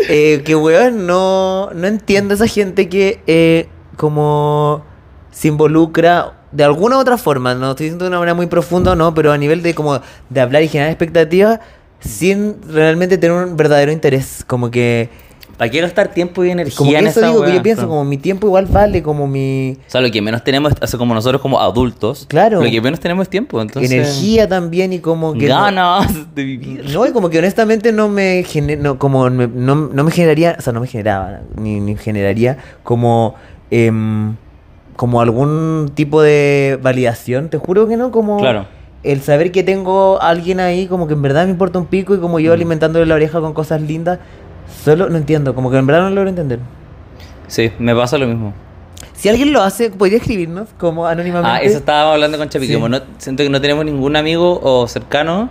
A: Eh, que weón, no, no entiendo a esa gente que eh, como se involucra de alguna u otra forma, no estoy diciendo de una manera muy profunda, no, pero a nivel de como de hablar y generar expectativas sin realmente tener un verdadero interés, como que
B: ¿Para qué gastar tiempo y energía
A: como que
B: en
A: eso
B: esa
A: digo que
B: weá?
A: yo pienso,
B: Claro.
A: como mi tiempo igual vale, como mi
B: O sea, lo que menos tenemos, o sea, como nosotros como adultos,
A: Claro.
B: lo que menos tenemos es tiempo, entonces...
A: energía también y como que no-
B: Ganas de vivir.
A: No, y como que honestamente no me gene- no, como me- no, no me generaría, o sea, no me generaba, ni, ni generaría como em, como algún tipo de validación, te juro que no, como
B: Claro.
A: el saber que tengo a alguien ahí, como que en verdad me importa un pico y como
B: Mm.
A: yo alimentándole la oreja con cosas lindas, solo no entiendo, como que en verdad no logro entender.
B: Sí, me pasa lo mismo.
A: Sí, Si alguien lo hace, podría escribirnos como anónimamente.
B: Ah, eso estábamos hablando con Chapi,
A: Sí.
B: que como no, siento que no tenemos ningún amigo o cercano,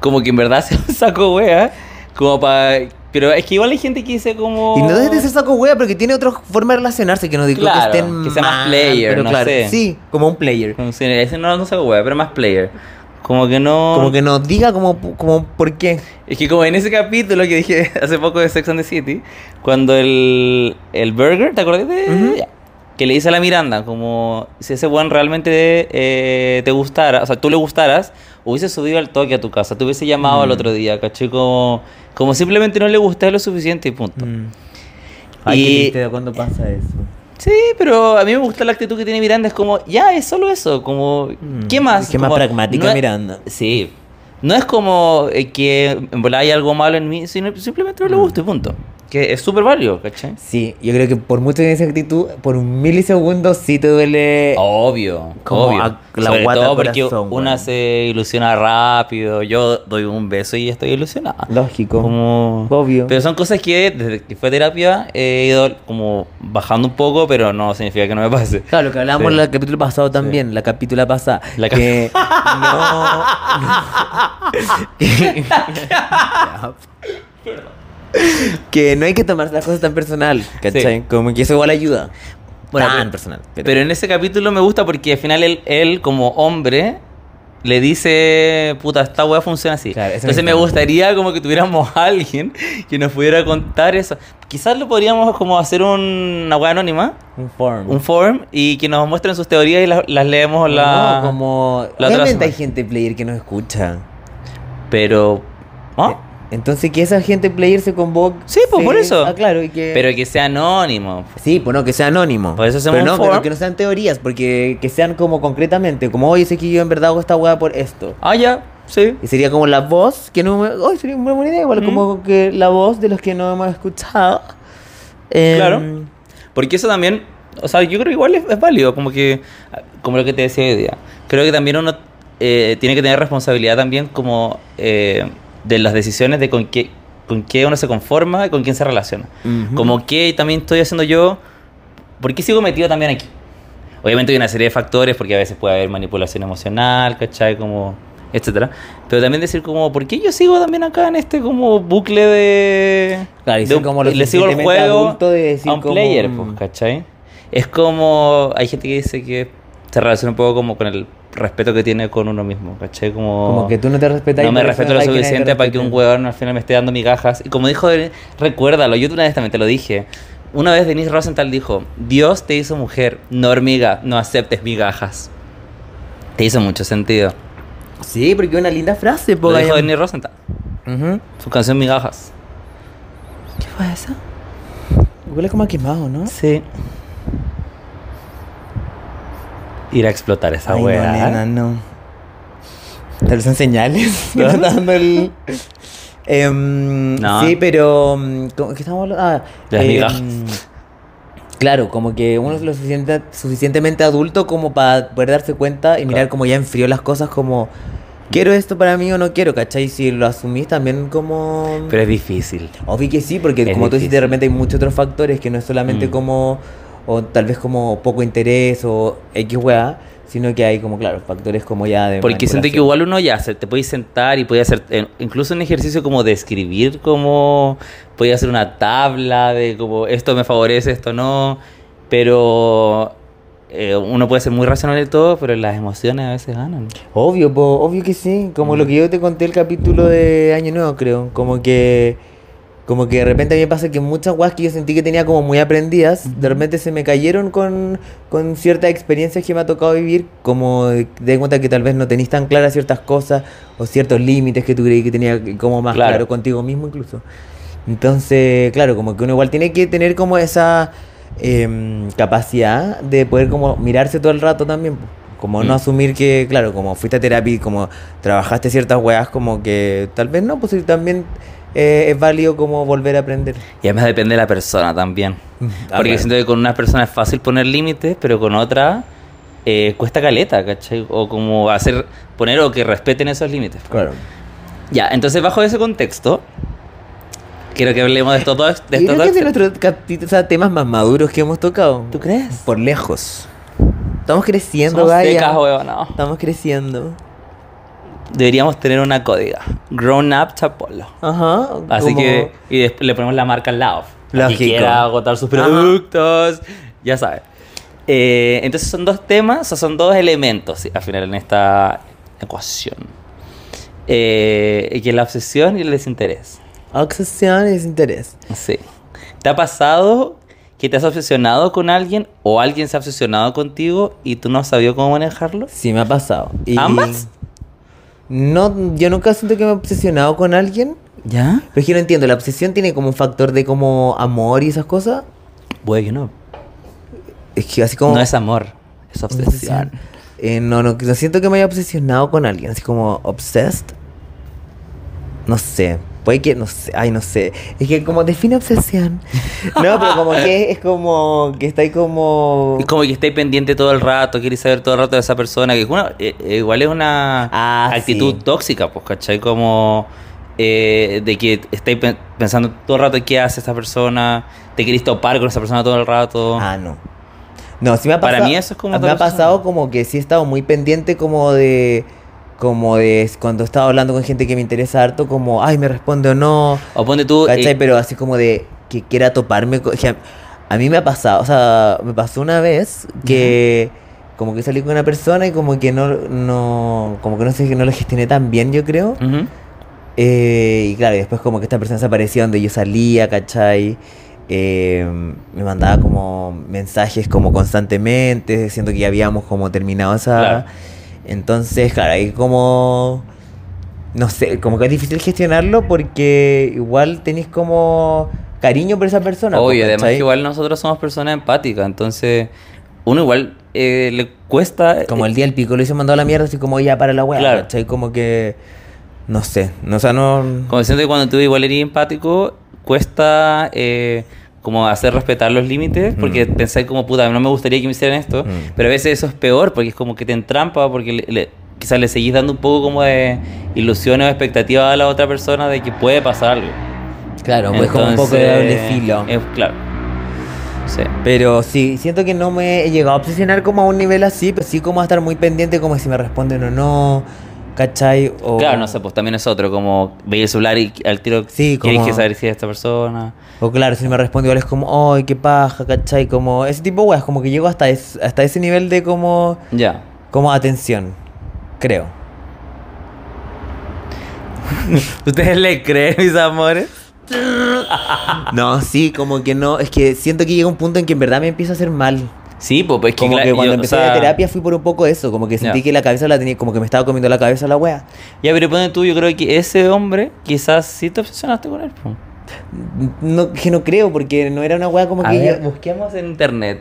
B: como que en verdad se un saco wea, como para... Pero es que igual hay gente que dice como...
A: Y no desde ser saco hueá, pero que tiene otra forma de relacionarse, que no digo
B: Claro,
A: que estén
B: que sea más
A: mal,
B: player,
A: pero
B: no
A: claro,
B: sé.
A: sí, como un player.
B: Como si- ese no, no saco wea, pero más player. Como que no...
A: Como que nos diga como, como por qué.
B: Es que como en ese capítulo que dije hace poco de Sex and the City, cuando el, el Burger, ¿te acordás de?
A: Ujú.
B: Ya. Que le dice a la Miranda, como si ese buen realmente eh, te gustara, o sea, tú le gustaras, hubiese subido al toque a tu casa, te hubiese llamado
A: Mm.
B: al otro día, ¿cachai? Como, como simplemente no le gusté lo suficiente y punto.
A: Mm. Ay,
B: Y-
A: qué triste de cuando pasa eso.
B: Sí, pero a mí me gusta la actitud que tiene Miranda, es como, ya, es solo eso, como,
A: Mm.
B: ¿qué más?
A: Qué más
B: Como,
A: pragmática
B: no es-
A: Miranda.
B: Sí. No es como eh, que en volada hay algo malo en mí, sino simplemente no le gusta y punto. Que es súper válido, ¿cachai?
A: Sí, yo creo que por mucho que esa actitud, por un milisegundo sí te duele.
B: Obvio,
A: Como
B: obvio.
A: a la
B: Sobre
A: guata
B: todo
A: al
B: porque
A: corazón,
B: una
A: weón.
B: se ilusiona rápido. Yo doy un beso y estoy ilusionada.
A: Lógico.
B: Como...
A: Obvio.
B: Pero son cosas que desde que fue a terapia he ido como bajando un poco, pero no significa que no me pase.
A: Claro, lo que hablábamos
B: Sí.
A: en el capítulo pasado también, la capítulo pasada.
B: La cap-
A: que no. que, que no hay que tomarse las cosas tan personal, ¿cachai?
B: Sí.
A: Como que eso igual ayuda.
B: Bueno,
A: tan
B: pero-
A: personal.
B: Pero,
A: pero-
B: en ese capítulo me gusta porque al final él, él, como hombre le dice, puta, esta weá funciona así.
A: Claro, eso me
B: Entonces me
A: encanta.
B: gustaría como que tuviéramos a alguien que nos pudiera contar eso. Quizás lo podríamos como hacer un- una weá anónima,
A: un form.
B: un form, y que nos muestren sus teorías y las, las leemos la...
A: No, Ah, como.
B: la otra
A: Obviamente hay
B: semana.
A: gente player que nos escucha.
B: Pero... ¿ah?
A: Entonces que esa gente player se convoque.
B: Sí, pues, por eso.
A: Ah, claro, y que.
B: Pero que sea anónimo.
A: Sí, pues no, que sea anónimo.
B: Por eso hacemos
A: Pero no,
B: un
A: pero
B: form.
A: que no sean teorías, porque que sean como concretamente, como oye, sé que yo en verdad hago esta weá por esto.
B: Ah, ya, sí.
A: Y sería como la voz que no me. Ay, sería una buena idea, igual,
B: Mm.
A: como que la voz de los que no hemos escuchado. Em,
B: Claro. Porque eso también, o sea, yo creo que igual es, es válido, como que, como lo que te decía hoy día. Creo que también uno eh, tiene que tener responsabilidad también como eh, de las decisiones de con qué, con qué uno se conforma y con quién se relaciona.
A: Ujú.
B: Como qué también estoy haciendo yo, ¿por qué sigo metido también aquí? Obviamente hay una serie de factores, porque a veces puede haber manipulación emocional, ¿cachai? Como, etcétera. Pero también decir como, ¿por qué yo sigo también acá en este como bucle de...
A: Claro, y
B: de
A: ser
B: un-
A: como lo
B: le sigo el
A: suficientemente
B: juego
A: adulto de decir
B: a un
A: como,
B: player,
A: mm.
B: pues, ¿cachai? Es como, hay gente que dice que se relaciona un poco como con el respeto que tiene con uno mismo, ¿cachai? Como,
A: Como que tú no te respetas. y
B: no me
A: por eso
B: respeto lo
A: hay que nadie te
B: suficiente para que un
A: respete.
B: huevón al final me esté dando migajas. Y como dijo, él, recuérdalo, yo una vez también te lo dije. Una vez Denise Rosenthal dijo, Dios te hizo mujer, no hormiga, no aceptes migajas. Te hizo mucho sentido.
A: Sí, porque es una linda frase,
B: Lo
A: porque.
B: dijo Denise Rosenthal,
A: Ujú.
B: su canción Migajas.
A: ¿Qué fue eso? Huele como a quemado, ¿no?
B: Sí. Ir a explotar esa
A: Ay,
B: hueá.
A: No, nena, no. Tal vez son señales. ¿no? Dando el- Em,
B: No.
A: Sí, pero. mm, ¿cómo- ¿Qué estamos hablando? Ah,
B: Las
A: em,
B: migajas.
A: Claro, como que uno es lo suficiente- suficientemente adulto como para poder darse cuenta y mirar
B: Claro.
A: como ya enfrió las cosas, como. ¿Quiero esto para mí o no quiero? ¿Cachai? Si lo asumís también como.
B: Pero es difícil.
A: Obvio que sí, porque
B: Es
A: como tú dices, de
B: difícil.
A: repente hay muchos otros factores que no es solamente
B: Mm.
A: como, o tal vez como poco interés o X weá, sino que hay como, claro, factores como ya de.
B: Porque siento que
A: manipulación.
B: igual uno ya se, te puede sentar y puede hacer eh, incluso un ejercicio como de escribir, como podía hacer una tabla de como esto me favorece, esto no, pero eh, uno puede ser muy racional y todo, pero las emociones a veces ganan.
A: Obvio, po, obvio que sí. Como lo que yo te conté el capítulo de Año Nuevo, creo. Como que. Como que de repente a mí me pasa que muchas weas que yo sentí que tenía como muy aprendidas, de repente se me cayeron con, con ciertas experiencias que me ha tocado vivir, como de, de cuenta que tal vez no tenís tan claras ciertas cosas o ciertos límites que tú creí que tenía como más
B: Claro.
A: claro contigo mismo incluso. Entonces, claro, como que uno igual tiene que tener como esa em, capacidad de poder como mirarse todo el rato también. po. Como
B: Mm.
A: no asumir que, claro, como fuiste a terapia y como trabajaste ciertas weas, como que tal vez no, pues y también eh, es válido como volver a aprender.
B: Y además depende de la persona también.
A: Ah,
B: Porque
A: claro.
B: siento que con unas personas es fácil poner límites, pero con otras eh, cuesta caleta, ¿cachai? O como hacer, poner o que respeten esos límites.
A: Claro.
B: Ya, entonces bajo ese contexto, Quiero que hablemos de estos dos. De
A: Yo
B: estos
A: creo que es
B: dos.
A: de nuestros capi- o sea, temas más maduros que hemos tocado.
B: ¿Tú crees?
A: Por lejos. Estamos creciendo,
B: Somos
A: Gaia.
B: secas, huevonao.
A: Estamos creciendo.
B: Deberíamos tener una códiga. Grown up Chapolo.
A: Ajá.
B: Así
A: como-
B: que. Y después le ponemos la marca al lado.
A: Lógico.
B: Que quiera agotar sus
A: Ajá.
B: productos. Ya sabes. Eh, entonces son dos temas, o son dos elementos sí, al final en esta ecuación. Eh, que es la obsesión y el desinterés.
A: Obsesión y desinterés.
B: Sí. ¿Te ha pasado que te has obsesionado con alguien o alguien se ha obsesionado contigo y tú no has sabido cómo manejarlo?
A: Sí, me ha pasado. Y-
B: ¿Ambas?
A: No, yo nunca siento que me he obsesionado con alguien.
B: ¿Ya?
A: Pero es que no entiendo, la obsesión tiene como un factor de como amor y esas cosas.
B: Bueno, yo no.
A: Es que así como...
B: No es amor, es obsesión.
A: Eh, no, no, no siento que me haya obsesionado con alguien, así como obsessed. No sé, puede que, no sé, ay, no sé. Es que como define obsesión. No, pero como que es como que estáis como...
B: Es como que estáis pendiente todo el rato, quieres saber todo el rato de esa persona, que es una- eh, eh, igual es una
A: Ah,
B: actitud
A: sí.
B: tóxica, pues, ¿cachai? Como eh, de que estáis pen- pensando todo el rato qué hace esta persona, te querés topar con esa persona todo el rato.
A: Ah, no. No, sí me ha
B: Para
A: pasado.
B: mí eso es como
A: Me
B: otra
A: ha
B: persona.
A: pasado como que sí he estado muy pendiente como de. Como de s- cuando estaba hablando con gente que me interesa harto, como, ay, me responde o no.
B: O ponte tú... eh,
A: ¿Cachai? Pero así como de que quiera toparme. co- que a, a mí me ha pasado, o sea, me pasó una vez que. Como que salí con una persona y como que no, no, como que no sé, que no lo gestioné tan bien, yo creo.
B: ujú.
A: Eh, y claro, y después como que esta persona desapareció donde yo salía, ¿cachai? Eh, me mandaba como mensajes como constantemente, siendo que ya habíamos como terminado esa...
B: Claro.
A: Entonces, claro, ahí como... No sé, como que es difícil gestionarlo porque igual tenés como cariño por esa persona. pues,
B: Oye, además
A: ¿cachai?
B: que igual nosotros somos personas empáticas, entonces uno igual eh, le cuesta...
A: Como el día del pico lo hizo mandado a la mierda, así como ya para la weá,
B: eh, Claro.
A: ¿cachai? Como que... No sé, no, o sea, no...
B: Como siento que cuando tú igual eres empático, cuesta eh, como hacer respetar los límites, porque pensáis como, puta, no me gustaría que me hicieran esto,
A: Mm.
B: pero a veces eso es peor, porque es como que te entrampa, porque le- le- quizás le seguís dando un poco como de ilusiones o expectativas a la otra persona de que puede pasar algo.
A: Claro, pues como un poco de doble
B: Entonces,
A: filo.
B: es- claro. Sí.
A: Pero sí, siento que no me he llegado a obsesionar como a un nivel así, pero sí como a estar muy pendiente como si me responden o no, ¿cachai? O,
B: Claro, no sé, pues también es otro, como veis el celular y al tiro
A: Sí,
B: quieres
A: como-
B: que saber si es esta persona.
A: O claro, si me responde igual es como, ay, qué paja, ¿cachai? Como ese tipo de weas, como que llego hasta, es- hasta ese nivel de como,
B: Ya.
A: como atención, creo.
B: ¿Ustedes le creen, mis amores?
A: No, sí, como que no, es que siento que llega un punto en que en verdad me empiezo a hacer mal.
B: Sí, pues es que,
A: Como
B: cla-
A: que cuando
B: yo, o
A: empecé
B: sea,
A: la terapia fui por un poco eso, como que sentí
B: Ya.
A: que la cabeza la tenía, como que me estaba comiendo la cabeza la wea.
B: Ya, pero pone tú, yo creo que ese hombre quizás sí te obsesionaste con él. po.
A: No, que no creo, porque no era una wea como
B: A
A: que
B: ver,
A: yo-
B: busquemos en internet.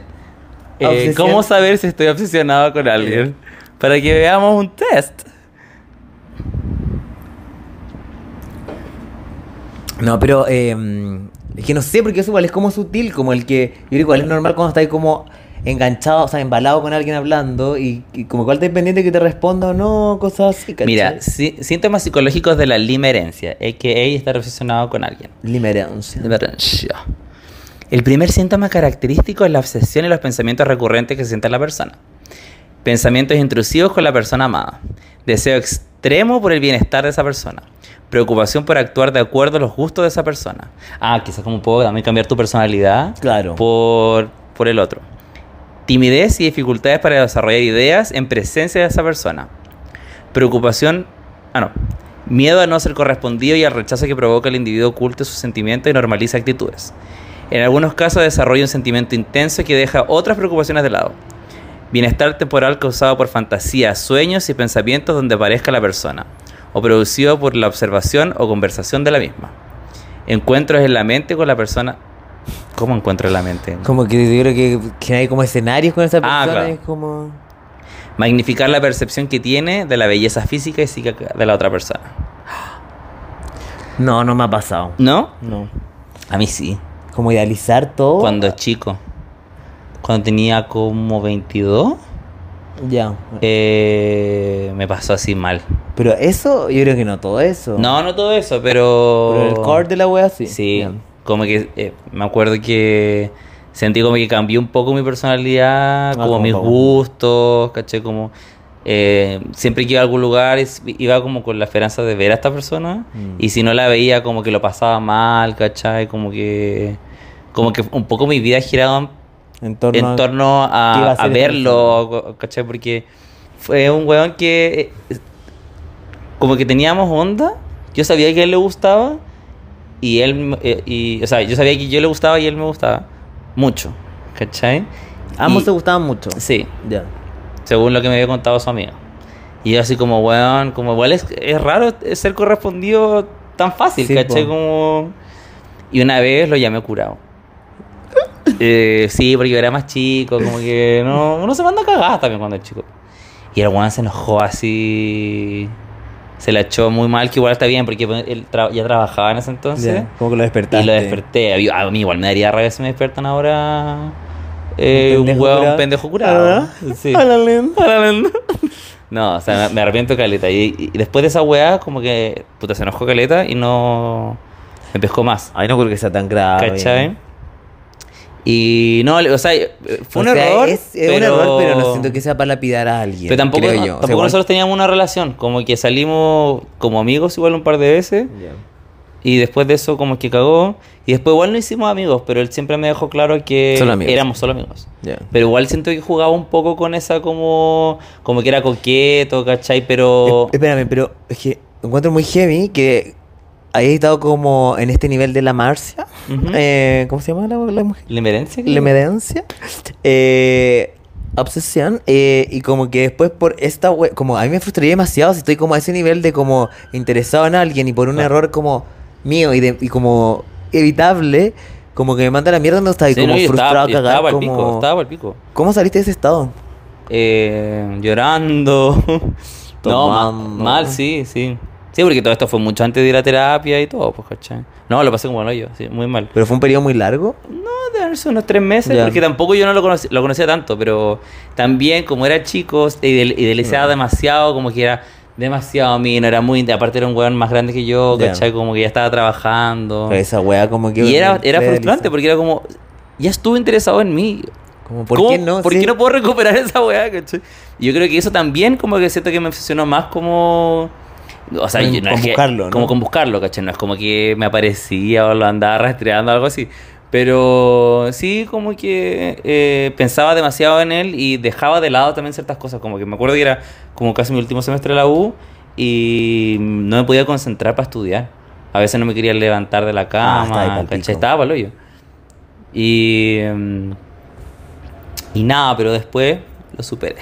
B: eh,
A: Obsesión.
B: ¿Cómo saber si estoy obsesionado con alguien? Para que veamos un test.
A: No, pero eh, es que no sé, porque eso igual es como sutil, como el que. Yo digo, igual es normal cuando estás ahí como enganchado, o sea, embalado con alguien hablando y, y como igual estás pendiente que te responda o no, cosas así, ¿cachai?
B: Mira, sí- síntomas psicológicos de la limerencia, a.k.a. estar obsesionado con alguien.
A: Limerencia.
B: Limerencia. El primer síntoma característico es la obsesión y los pensamientos recurrentes que siente la persona. Pensamientos intrusivos con la persona amada. Deseo extremo por el bienestar de esa persona. Preocupación por actuar de acuerdo a los gustos de esa persona. Ah, quizás como puedo también cambiar tu personalidad
A: Claro.
B: por, por el otro. Timidez y dificultades para desarrollar ideas en presencia de esa persona. Preocupación, ah no, miedo a no ser correspondido y al rechazo que provoca el individuo oculte sus sentimientos y normaliza actitudes. En algunos casos desarrolla un sentimiento intenso que deja otras preocupaciones de lado. Bienestar temporal causado por fantasías, sueños y pensamientos donde aparezca la persona, o producido por la observación o conversación de la misma. Encuentros en la mente con la persona. ¿Cómo encuentro en la mente?
A: Como que yo creo que, que hay como escenarios con esa persona,
B: Ah, claro.
A: es como.
B: Magnificar la percepción que tiene de la belleza física y psíquica de la otra persona.
A: No, no me ha pasado.
B: ¿No? Oh.
A: No.
B: A mí sí.
A: Como idealizar todo.
B: Cuando chico. Cuando tenía como 22.
A: Ya.
B: Eh, me pasó así mal.
A: Pero eso, yo creo que no todo eso.
B: No, no todo eso, pero.
A: Pero el core de la wea sí.
B: Sí,
A: Ya.
B: como que eh, me acuerdo que sentí como que cambió un poco mi personalidad,
A: Ah,
B: como
A: como
B: mis
A: todo.
B: gustos, caché, como eh, siempre que iba a algún lugar es- iba como con la esperanza de ver a esta persona
A: Mm.
B: y si no la veía como que lo pasaba mal, cachai, como que como que un poco mi vida giraba
A: En torno,
B: en
A: a-
B: torno
A: ¿Qué iba
B: a,
A: a
B: a
A: hacer esa
B: verlo, ¿cachai? Porque fue un weón que eh, como que teníamos onda, yo sabía que a él le gustaba y él, eh, y, o sea, yo sabía que yo le gustaba y él me gustaba mucho, ¿cachai?
A: Ambos
B: Y-
A: se gustaban mucho.
B: Sí,
A: Ya.
B: según lo que me había contado su amigo. Y yo así como, weón, como igual es, es raro ser correspondido tan fácil,
A: Sí,
B: ¿cachai?
A: po.
B: Como... Y una vez lo llamé curado. Eh, sí, porque yo era más chico, como que no, uno se manda cagadas también cuando es chico. Y el weón se enojó así, se la echó muy mal, que igual está bien, porque él tra- ya trabajaba en ese entonces.
A: Ya. Como que lo despertaste.
B: ¿Ah, Y lo desperté. A mí- A mí igual me daría rabia si me despiertan ahora eh,
A: Un
B: un,
A: pendejo
B: huevo, un
A: curado.
B: pendejo curado.
A: Ah.
B: Sí.
A: A la lenta.
B: No, o sea, me- me arrepiento caleta. Y, y después de esa weá, como que puta, se enojó caleta y no me pescó más.
A: Ay, no creo que sea tan grave.
B: ¿Cachai? Y no, le- o sea, eh, fue
A: O
B: un
A: sea,
B: error.
A: Es, es un error, pero no siento que sea para lapidar a alguien.
B: Pero tampoco, no-
A: creo yo. O sea,
B: tampoco
A: igual-
B: nosotros teníamos una relación. Como que salimos como amigos igual un par de veces.
A: Ya.
B: Y después de eso como que cagó. Y después igual no hicimos amigos, pero él siempre me dejó claro que
A: Solo amigos.
B: éramos solo amigos.
A: Ya.
B: Pero igual siento que jugaba un poco con esa como... Como que era coqueto, ¿cachai? Pero...
A: Es- Espérame, pero es que encuentro muy heavy que hayas estado como en este nivel de la Marcia.
B: Ujú.
A: Eh, ¿Cómo se llama la, la mujer?
B: ¿La inmerencia?
A: La medencia. Eh, obsesión. eh, y como que después por esta we- Como a mí me frustraría demasiado si estoy como a ese nivel de como interesado en alguien y por un
B: Claro.
A: error como mío y, de, y como evitable, como que me manda a la mierda, no está ahí
B: Sí,
A: como
B: no, yo
A: frustrado,
B: estaba, yo
A: cagado.
B: estaba al
A: como...
B: pico, estaba al pico.
A: ¿Cómo saliste de ese estado?
B: Eh, llorando. no, ma-
A: Tomando.
B: mal, sí, sí. Sí, porque todo esto fue mucho antes de ir a terapia y todo, pues, ¿cachai? No, lo pasé como el hoyo, sí, muy mal.
A: ¿Pero fue un periodo muy largo?
B: No, de haberse unos tres meses,
A: Ya.
B: porque tampoco yo no lo, conocí- lo conocía tanto, pero también como era chico, idel- idealizaba
A: Mm.
B: demasiado, como que era demasiado mío, era muy, aparte era un weón más grande que yo,
A: Ya. Pues,
B: ¿cachai? Como que ya estaba trabajando.
A: Esa wea como que...
B: Y era, era
A: me
B: frustrante
A: realiza.
B: porque era como, ya estuve interesado en mí.
A: Como, ¿Por
B: ¿Cómo-
A: qué no?
B: ¿Por
A: Sí.
B: qué no puedo recuperar esa weá, cachai? Y Yo creo que eso también como que siento que me obsesionó más como... O sea,
A: Con-
B: yo no
A: con
B: es que-
A: buscarlo, ¿no?
B: Como con buscarlo, ¿cachai? No es como que me aparecía o lo andaba rastreando o algo así. Pero sí como que eh, pensaba demasiado en él y dejaba de lado también ciertas cosas. Como que me acuerdo que era como casi mi último semestre de la U y no me podía concentrar para estudiar. A veces no me quería levantar de la
A: Ah, estaba ahí
B: cama,
A: pa'l pico.
B: ¿cachai? Estaba pa'l hoyo. Y... mm, y nada, pero después lo superé.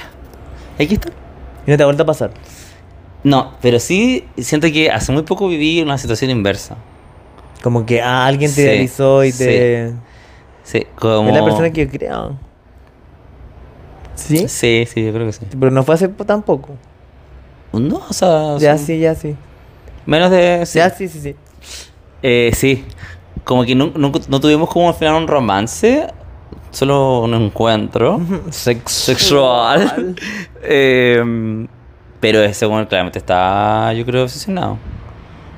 B: Aquí está.
A: Y no te ha vuelto a pasar.
B: No, pero sí siento que hace muy poco viví una situación inversa.
A: Como que ah, alguien te
B: Sí,
A: idealizó y te...
B: Sí, como...
A: Es la persona que yo creo. ¿Sí?
B: Sí, sí, yo creo que sí.
A: Pero no fue hace po- tampoco.
B: No, o sea...
A: Ya
B: son
A: sí, ya sí.
B: Menos de... Sí.
A: Ya sí, sí, sí.
B: Eh, sí. Como que no, no, no tuvimos como al final un romance, solo un encuentro sex- sexual. Em, pero ese bueno claramente está, yo creo, obsesionado.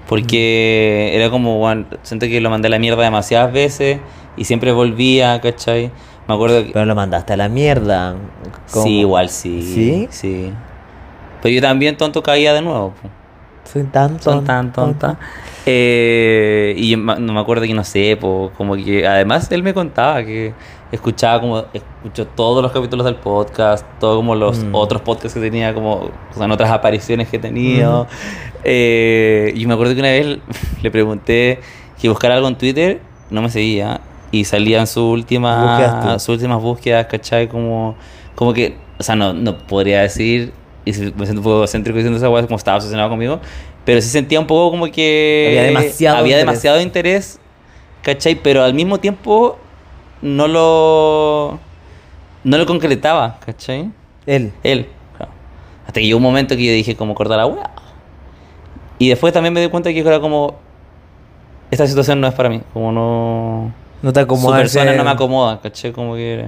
B: Porque era como, bueno, siento que lo mandé a la mierda demasiadas veces y siempre volvía, ¿cachai? Me acuerdo que...
A: Pero lo mandaste a la mierda. ¿Cómo?
B: Sí, igual sí.
A: ¿Sí?
B: Sí. Pero yo también tonto caía de nuevo. po.
A: Soy tan
B: Son
A: tonta.
B: tan tonta. Eh, y yo ma- no me acuerdo que no sé, po, como que además él me contaba que escuchaba como escuchó todos los capítulos del podcast, todos como los
A: Mm.
B: otros podcasts que tenía, como o sea, en otras apariciones que tenía.
A: Ujú.
B: Eh, y me acuerdo que una vez le pregunté que buscara algo en Twitter, no me seguía y salían sus
A: Búsquedas tú.
B: últimas sus últimas búsquedas, ¿cachai? Como como que, o sea, no, no podría decir, y si me siento un poco egocéntrico diciendo esa hueá, como estaba obsesionado conmigo, pero sí sentía un poco como que...
A: Había demasiado
B: había
A: interés.
B: demasiado interés, ¿cachai? Pero al mismo tiempo no lo... No lo concretaba, ¿cachai?
A: Él.
B: Él. claro. Hasta que llegó un momento que yo dije, como cortar la hueá. Y después también me di cuenta que era como... Esta situación no es para mí, como no...
A: No te
B: Su
A: acomodas.
B: persona
A: eh.
B: no me acomoda, ¿cachai? Como que...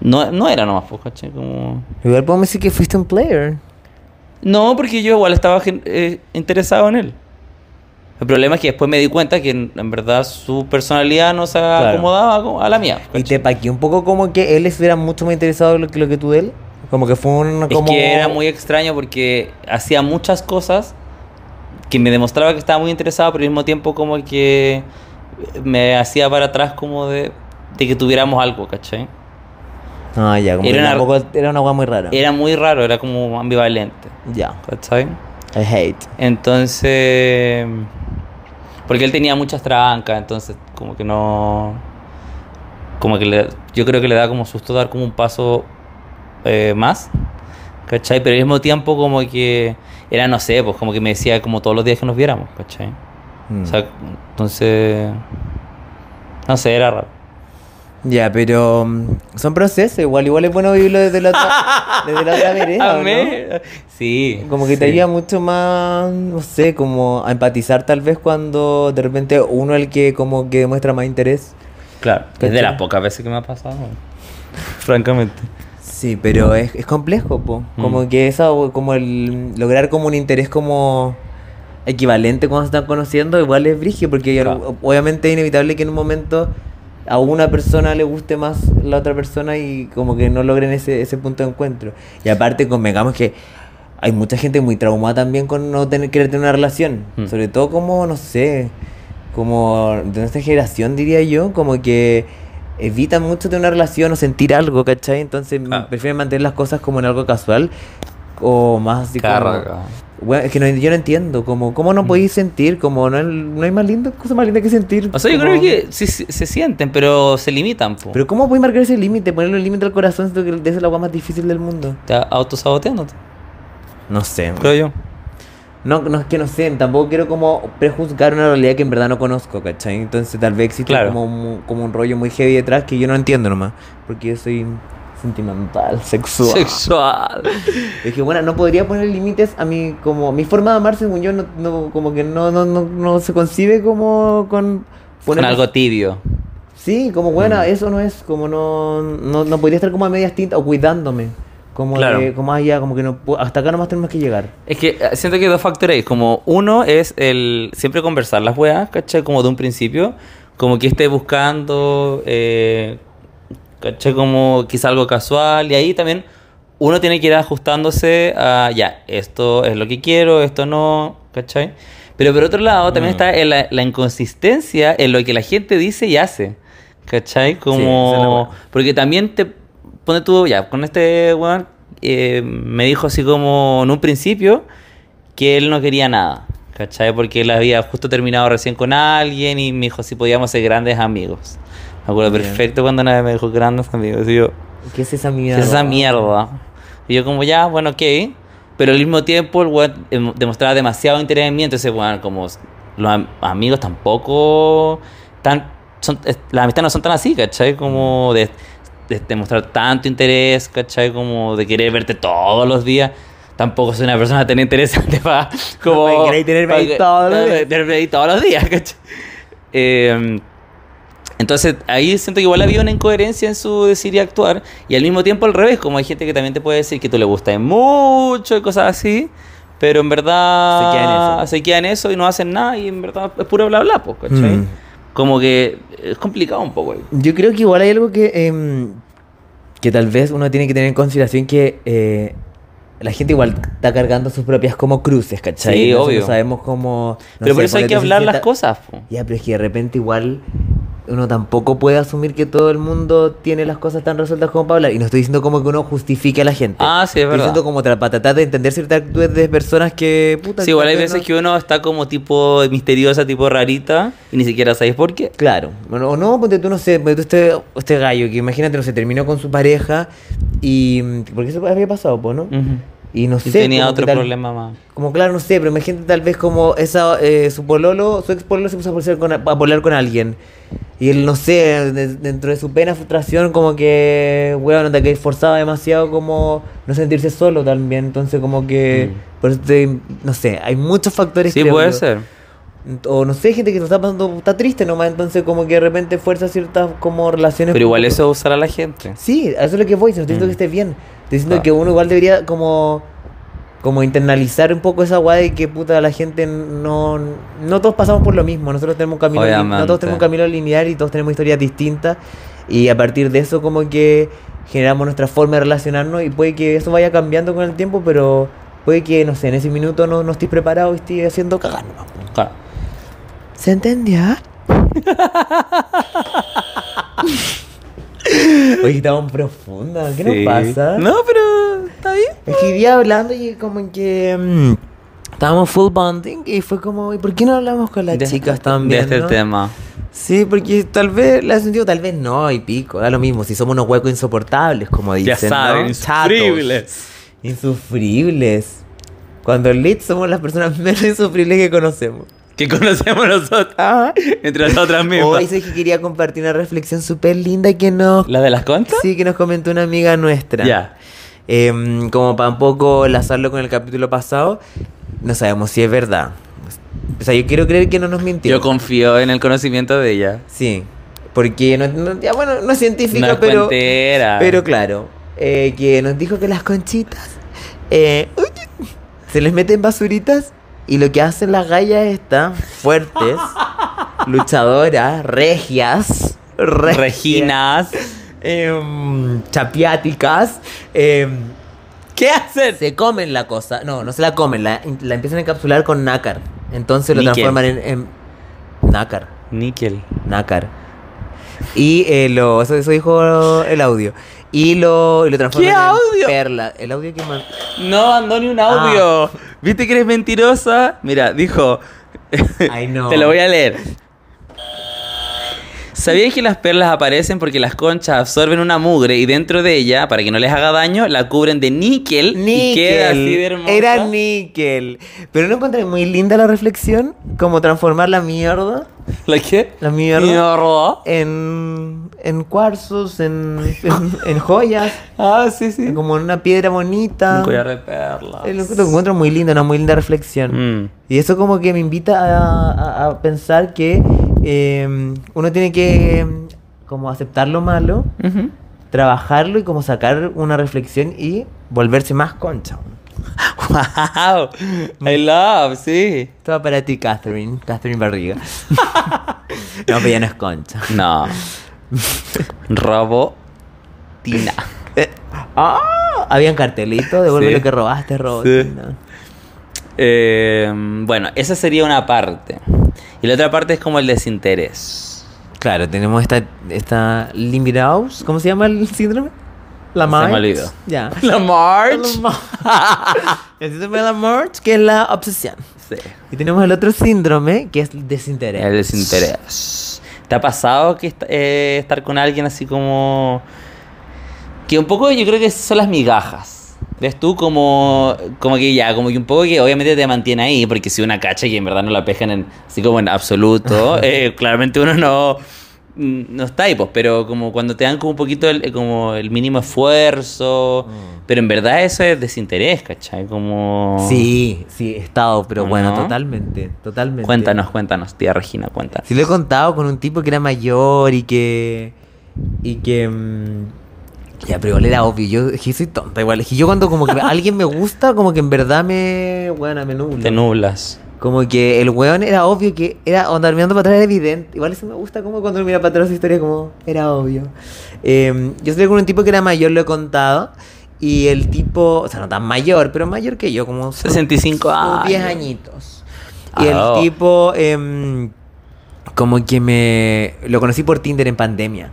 B: No, no era nomás, pues, ¿cachai? Como...
A: Igual podemos decir que fuiste un player.
B: No, porque yo igual estaba gen- eh, interesado en él. El problema es que después me di cuenta que en, en verdad su personalidad no se acomodaba co- a la mía.
A: Y te paqueó un poco como que él estuviera mucho más interesado en lo que, lo que tú de él. Como que fue un... Como...
B: Es que era muy extraño porque hacía muchas cosas que me demostraba que estaba muy interesado, pero al mismo tiempo como que me hacía para atrás como de, de que tuviéramos algo, ¿cachai?
A: Ah, ya, como
B: Era
A: que
B: una-
A: tampoco- era una hueá muy rara.
B: Era muy raro, era como ambivalente,
A: Ya,
B: ¿cachai?
A: I hate.
B: Entonces, porque él tenía muchas trancas, entonces como que no, como que le- yo creo que le da como susto dar como un paso eh, más, ¿cachai? Pero al mismo tiempo como que era, no sé, pues como que me decía como todos los días que nos viéramos, ¿cachai?
A: Mm.
B: O sea, entonces, no sé, era raro.
A: Ya, pero mm, son procesos, igual, igual es bueno vivirlo desde la otra, desde la otra vereda, ¿o
B: Amé. Sí.
A: ¿no? Como que te
B: sí.
A: ayuda mucho más, no sé, como a empatizar tal vez cuando de repente uno es el que como que demuestra más interés.
B: Claro, es de
A: ¿Cachai?
B: las pocas veces que me ha pasado, francamente.
A: Sí, pero es, es complejo, po. Como
B: Mm.
A: que esa, o- como el lograr como un interés como equivalente cuando se están conociendo, igual es brigio, porque
B: Claro.
A: o- obviamente es inevitable que en un momento a una persona le guste más la otra persona y como que no logren ese, ese punto de encuentro. Y aparte convengamos que hay mucha gente muy traumada también con no tener, querer tener una relación.
B: Mm.
A: Sobre todo como, no sé, como de nuestra generación diría yo, como que evitan mucho tener una relación o sentir algo, ¿cachai? Entonces
B: Ah.
A: prefieren mantener las cosas como en algo casual o más así como-
B: Carga.
A: Bueno, es que no- yo no entiendo, como, ¿cómo
B: Mm.
A: no podéis sentir? Como no, no hay más linda, cosa más linda que sentir.
B: O sea, yo
A: como-
B: creo que sí, sí, se sienten, pero se limitan, po.
A: Pero ¿cómo podéis marcar ese límite? Ponerle un límite al corazón, siento que esa es la cosa más difícil del mundo.
B: Está autosaboteándote,
A: No sé.
B: creo yo.
A: No, no es que no sé, tampoco quiero como prejuzgar una realidad que en verdad no conozco, ¿cachai? Entonces tal vez existe
B: Claro.
A: como, un- como un rollo muy heavy detrás que yo no entiendo nomás. Porque yo soy sentimental, sexual.
B: Sexual.
A: Es que bueno, no podría poner límites a mi, como, mi forma de amar según yo, no, no- como que no, no, no, no se concibe como con...
B: Con
A: poner-
B: algo Mm. tibio.
A: Sí, como bueno, eso no es, como no, no, no podría estar como a medias tintas o cuidándome. Como,
B: Claro.
A: de- como allá, como que no puedo- hasta acá nomás tenemos que llegar.
B: Es que eh, siento que hay dos factores. Como uno es el siempre conversar las weas, ¿cachai? Como de un principio. Como que esté buscando, eh, ¿cachai? Como quizá algo casual. Y ahí también uno tiene que ir ajustándose a, ya, esto es lo que quiero, esto no, ¿cachai? Pero por otro lado también está el- la, la inconsistencia en lo que la gente dice y hace. ¿Cachai?
A: esa es la wea.
B: Como... Porque también te pone tú, ya, con este weón eh, me dijo así como en un principio que él no quería nada, ¿cachai? Porque él había justo terminado recién con alguien y me dijo si podíamos ser grandes amigos. Me acuerdo
A: Bien.
B: perfecto cuando una vez me dijo grandes amigos. Y yo,
A: ¿Qué es esa
B: ¿qué
A: mierda?
B: es esa mierda? Y yo como ya, bueno, ok. Pero al mismo tiempo el weón em, demostraba demasiado interés en mí, entonces, bueno, como s- los am- amigos tampoco tan, son, es- las amistades no son tan así, ¿cachai? Como de, de demostrar tanto interés, ¿cachai? Como de querer verte todos los días. Tampoco soy una persona tan interesante para... Como,
A: Para querer tenerme ahí
B: para que-
A: todos los
B: para
A: días.
B: tenerme ahí todos los días, ¿cachai? Em, entonces, ahí siento que igual había una incoherencia en su decir y actuar. Y al mismo tiempo al revés, como hay gente que también te puede decir que tú le gustas mucho y cosas así. Pero en verdad
A: Se queda en eso.
B: se queda en eso y no hacen nada y en verdad es puro bla bla, pues, ¿cachai?
A: Mm.
B: Como que es complicado un poco. ahí.
A: Yo creo que igual hay algo que, em, que tal vez uno tiene que tener en consideración que eh, la gente igual está cargando sus propias como cruces, ¿cachai?
B: Sí,
A: Nosotros
B: obvio.
A: sabemos cómo... no
B: pero por
A: sé,
B: eso hay que
A: ponte tú, si
B: hablar las
A: sienta-
B: cosas. po.
A: Ya, pero es que de repente igual uno tampoco puede asumir que todo el mundo tiene las cosas tan resueltas como para hablar. Y no estoy diciendo como que uno justifique a la gente.
B: Ah, sí, es
A: Estoy
B: verdad.
A: diciendo como tra- para tratar de entender ciertas actitudes de personas que... Puta,
B: Sí, igual hay
A: tal vez
B: veces
A: no-
B: que uno está como tipo misteriosa, tipo rarita y ni siquiera sabes por qué.
A: Claro, Bueno, o no, ponte tú, no sé, ponte tú este, este gallo que imagínate, no sé, terminó con su pareja y... mm, Porque eso había pasado, pues, ¿no?
B: Ujú.
A: Y no
B: Mm. Y
A: sé...
B: tenía
A: como que
B: otro
A: tal-
B: problema más.
A: Como claro, no sé, pero imagínate tal vez como esa, eh, su pololo, su ex pololo se puso a pololear con, a pololear con alguien. Y él, no sé, de- dentro de su pena, frustración, como que, weón, de que forzaba demasiado como no sentirse solo también. Entonces como que, por eso te- no sé, hay muchos factores
B: Mm. Sí,
A: creo
B: puede
A: yo.
B: ser.
A: O no sé, gente que lo está pasando, está triste nomás, entonces como que de repente fuerza ciertas como relaciones.
B: Pero igual
A: como-
B: eso es usar a la gente.
A: Sí, a eso es lo que voy, si no estoy diciendo
B: Mm.
A: que esté bien. Estoy diciendo
B: Ah.
A: que uno igual debería como como internalizar un poco esa guay de que puta la gente no no todos pasamos por lo mismo, nosotros tenemos un camino, lin- no todos
B: Obviamente.
A: tenemos un camino lineal y todos tenemos historias distintas y a partir de eso como que generamos nuestra forma de relacionarnos y puede que eso vaya cambiando con el tiempo, pero puede que no sé, en ese minuto no, no estés preparado y estés haciendo cagar nomás, po.
B: Claro.
A: ¿Se entendía? Oye, estamos profundas, ¿qué
B: Sí.
A: nos pasa?
B: No, pero está bien.
A: Es que iría hablando y como que mm, estábamos full bonding y fue como, ¿y por qué no hablamos con las
B: De-
A: chicas también?
B: De este
A: no?
B: tema.
A: Sí, porque tal vez la he sentido, tal vez no, y pico, da lo mismo, si somos unos huecos insoportables, como dicen.
B: Ya saben,
A: ¿no? Chatos.
B: insufribles.
A: Insufribles. Cuando lit somos las personas menos insufribles que conocemos.
B: Que conocemos nosotros.
A: Ah.
B: Entre nosotras mismas.
A: Hoy sé que quería compartir una reflexión súper linda que nos...
B: ¿La de las contas?
A: Sí, que nos comentó una amiga nuestra.
B: Ya.
A: Em, como para un poco enlazarlo con el capítulo pasado, no sabemos si es verdad. O sea, yo quiero creer que no nos mintió.
B: Yo confío en el conocimiento de ella.
A: Sí, porque no, no- ya bueno, no es científica,
B: No es
A: pero...
B: cuentera.
A: Pero claro, eh, que nos dijo que las conchitas eh, uy, se les meten basuritas y lo que hacen las gallas estas, fuertes, luchadoras, regias, regias,
B: Reginas.
A: em, chapiáticas, em,
B: ¿Qué hacen?
A: se comen la cosa. No, no se la comen, la, la empiezan a encapsular con nácar. Entonces lo
B: Níquel.
A: transforman en, en nácar.
B: Níquel.
A: Nácar. Y eh, lo, eso, eso dijo el audio. Y lo, y lo
B: ¿Qué
A: transforman en
B: audio?
A: perla. El audio que man-
B: No mandó ni un audio.
A: Ah.
B: ¿Viste que eres mentirosa? Mira, dijo.
A: Ay, no.
B: Te lo voy a leer. ¿Sabías que las perlas aparecen porque las conchas absorben una mugre y dentro de ella, para que no les haga daño, la cubren de níquel, y queda así de
A: Níquel.
B: hermosa?
A: Era níquel. Pero no encontré muy linda la reflexión. Como transformar la mierda.
B: ¿La qué?
A: La mierda.
B: Mierda.
A: En, en cuarzos, en, en, en joyas,
B: Ah, sí, sí.
A: como en una piedra bonita.
B: Un collar de perlas.
A: Ah. Eh, Lo, lo encuentro muy lindo, una muy linda reflexión.
B: Mm.
A: Y eso como que me invita a, a- a pensar que eh, uno tiene que eh, como aceptar lo malo,
B: Ujú.
A: trabajarlo y como sacar una reflexión y volverse más concha.
B: Wow. I love, sí.
A: Todo para ti, Catherine. Catherine Barriga. no, pero ya no es concha.
B: No. Robo. Tina.
A: ¡Ah! Habían cartelitos, devuelve
B: Sí.
A: lo que robaste, robo.
B: Sí. Eh, bueno, esa sería una parte. Y la otra parte es como el desinterés.
A: Claro, tenemos esta, esta Limit House. ¿Cómo se llama el síndrome? La
B: Se me
A: March.
B: olvidó.
A: Ya.
B: La March.
A: El síndrome de la March, que es la obsesión.
B: Sí,
A: Y tenemos el otro síndrome, que es el desinterés.
B: el desinterés. ¿Te ha pasado que est- eh, estar con alguien así como... Que un poco yo creo que son las migajas. ¿Ves tú? Como, como que ya, como que un poco que obviamente te mantiene ahí, porque si una cacha que en verdad no la pescan en, así como en absoluto, eh, claramente uno no, no está ahí, pues, pero como cuando te dan como un poquito el, como el mínimo esfuerzo, pero en verdad eso es desinterés, ¿cachai? Como...
A: Sí, sí, he estado, pero
B: ¿O
A: bueno,
B: no?
A: totalmente, totalmente.
B: Cuéntanos, cuéntanos, tía Regina, cuéntanos.
A: Sí lo he contado con un tipo que era mayor y que... Y que... mm, ya, pero igual era obvio, yo es que soy tonta igual. Es que yo cuando como que alguien me gusta, como que en verdad me... Bueno, me nubla.
B: Te nublas.
A: Como que el weón era obvio que era, onda, mirando para atrás era evidente. Igual eso me gusta como cuando uno mira para atrás su historia, como era obvio. Eh, yo estoy con un tipo que era mayor, lo he contado. Y el tipo, o sea, no tan mayor, pero mayor que yo, como
B: 65
A: unos 10
B: años.
A: añitos. Y el
B: Ah.
A: tipo, em, como que me. Lo conocí por Tinder en pandemia.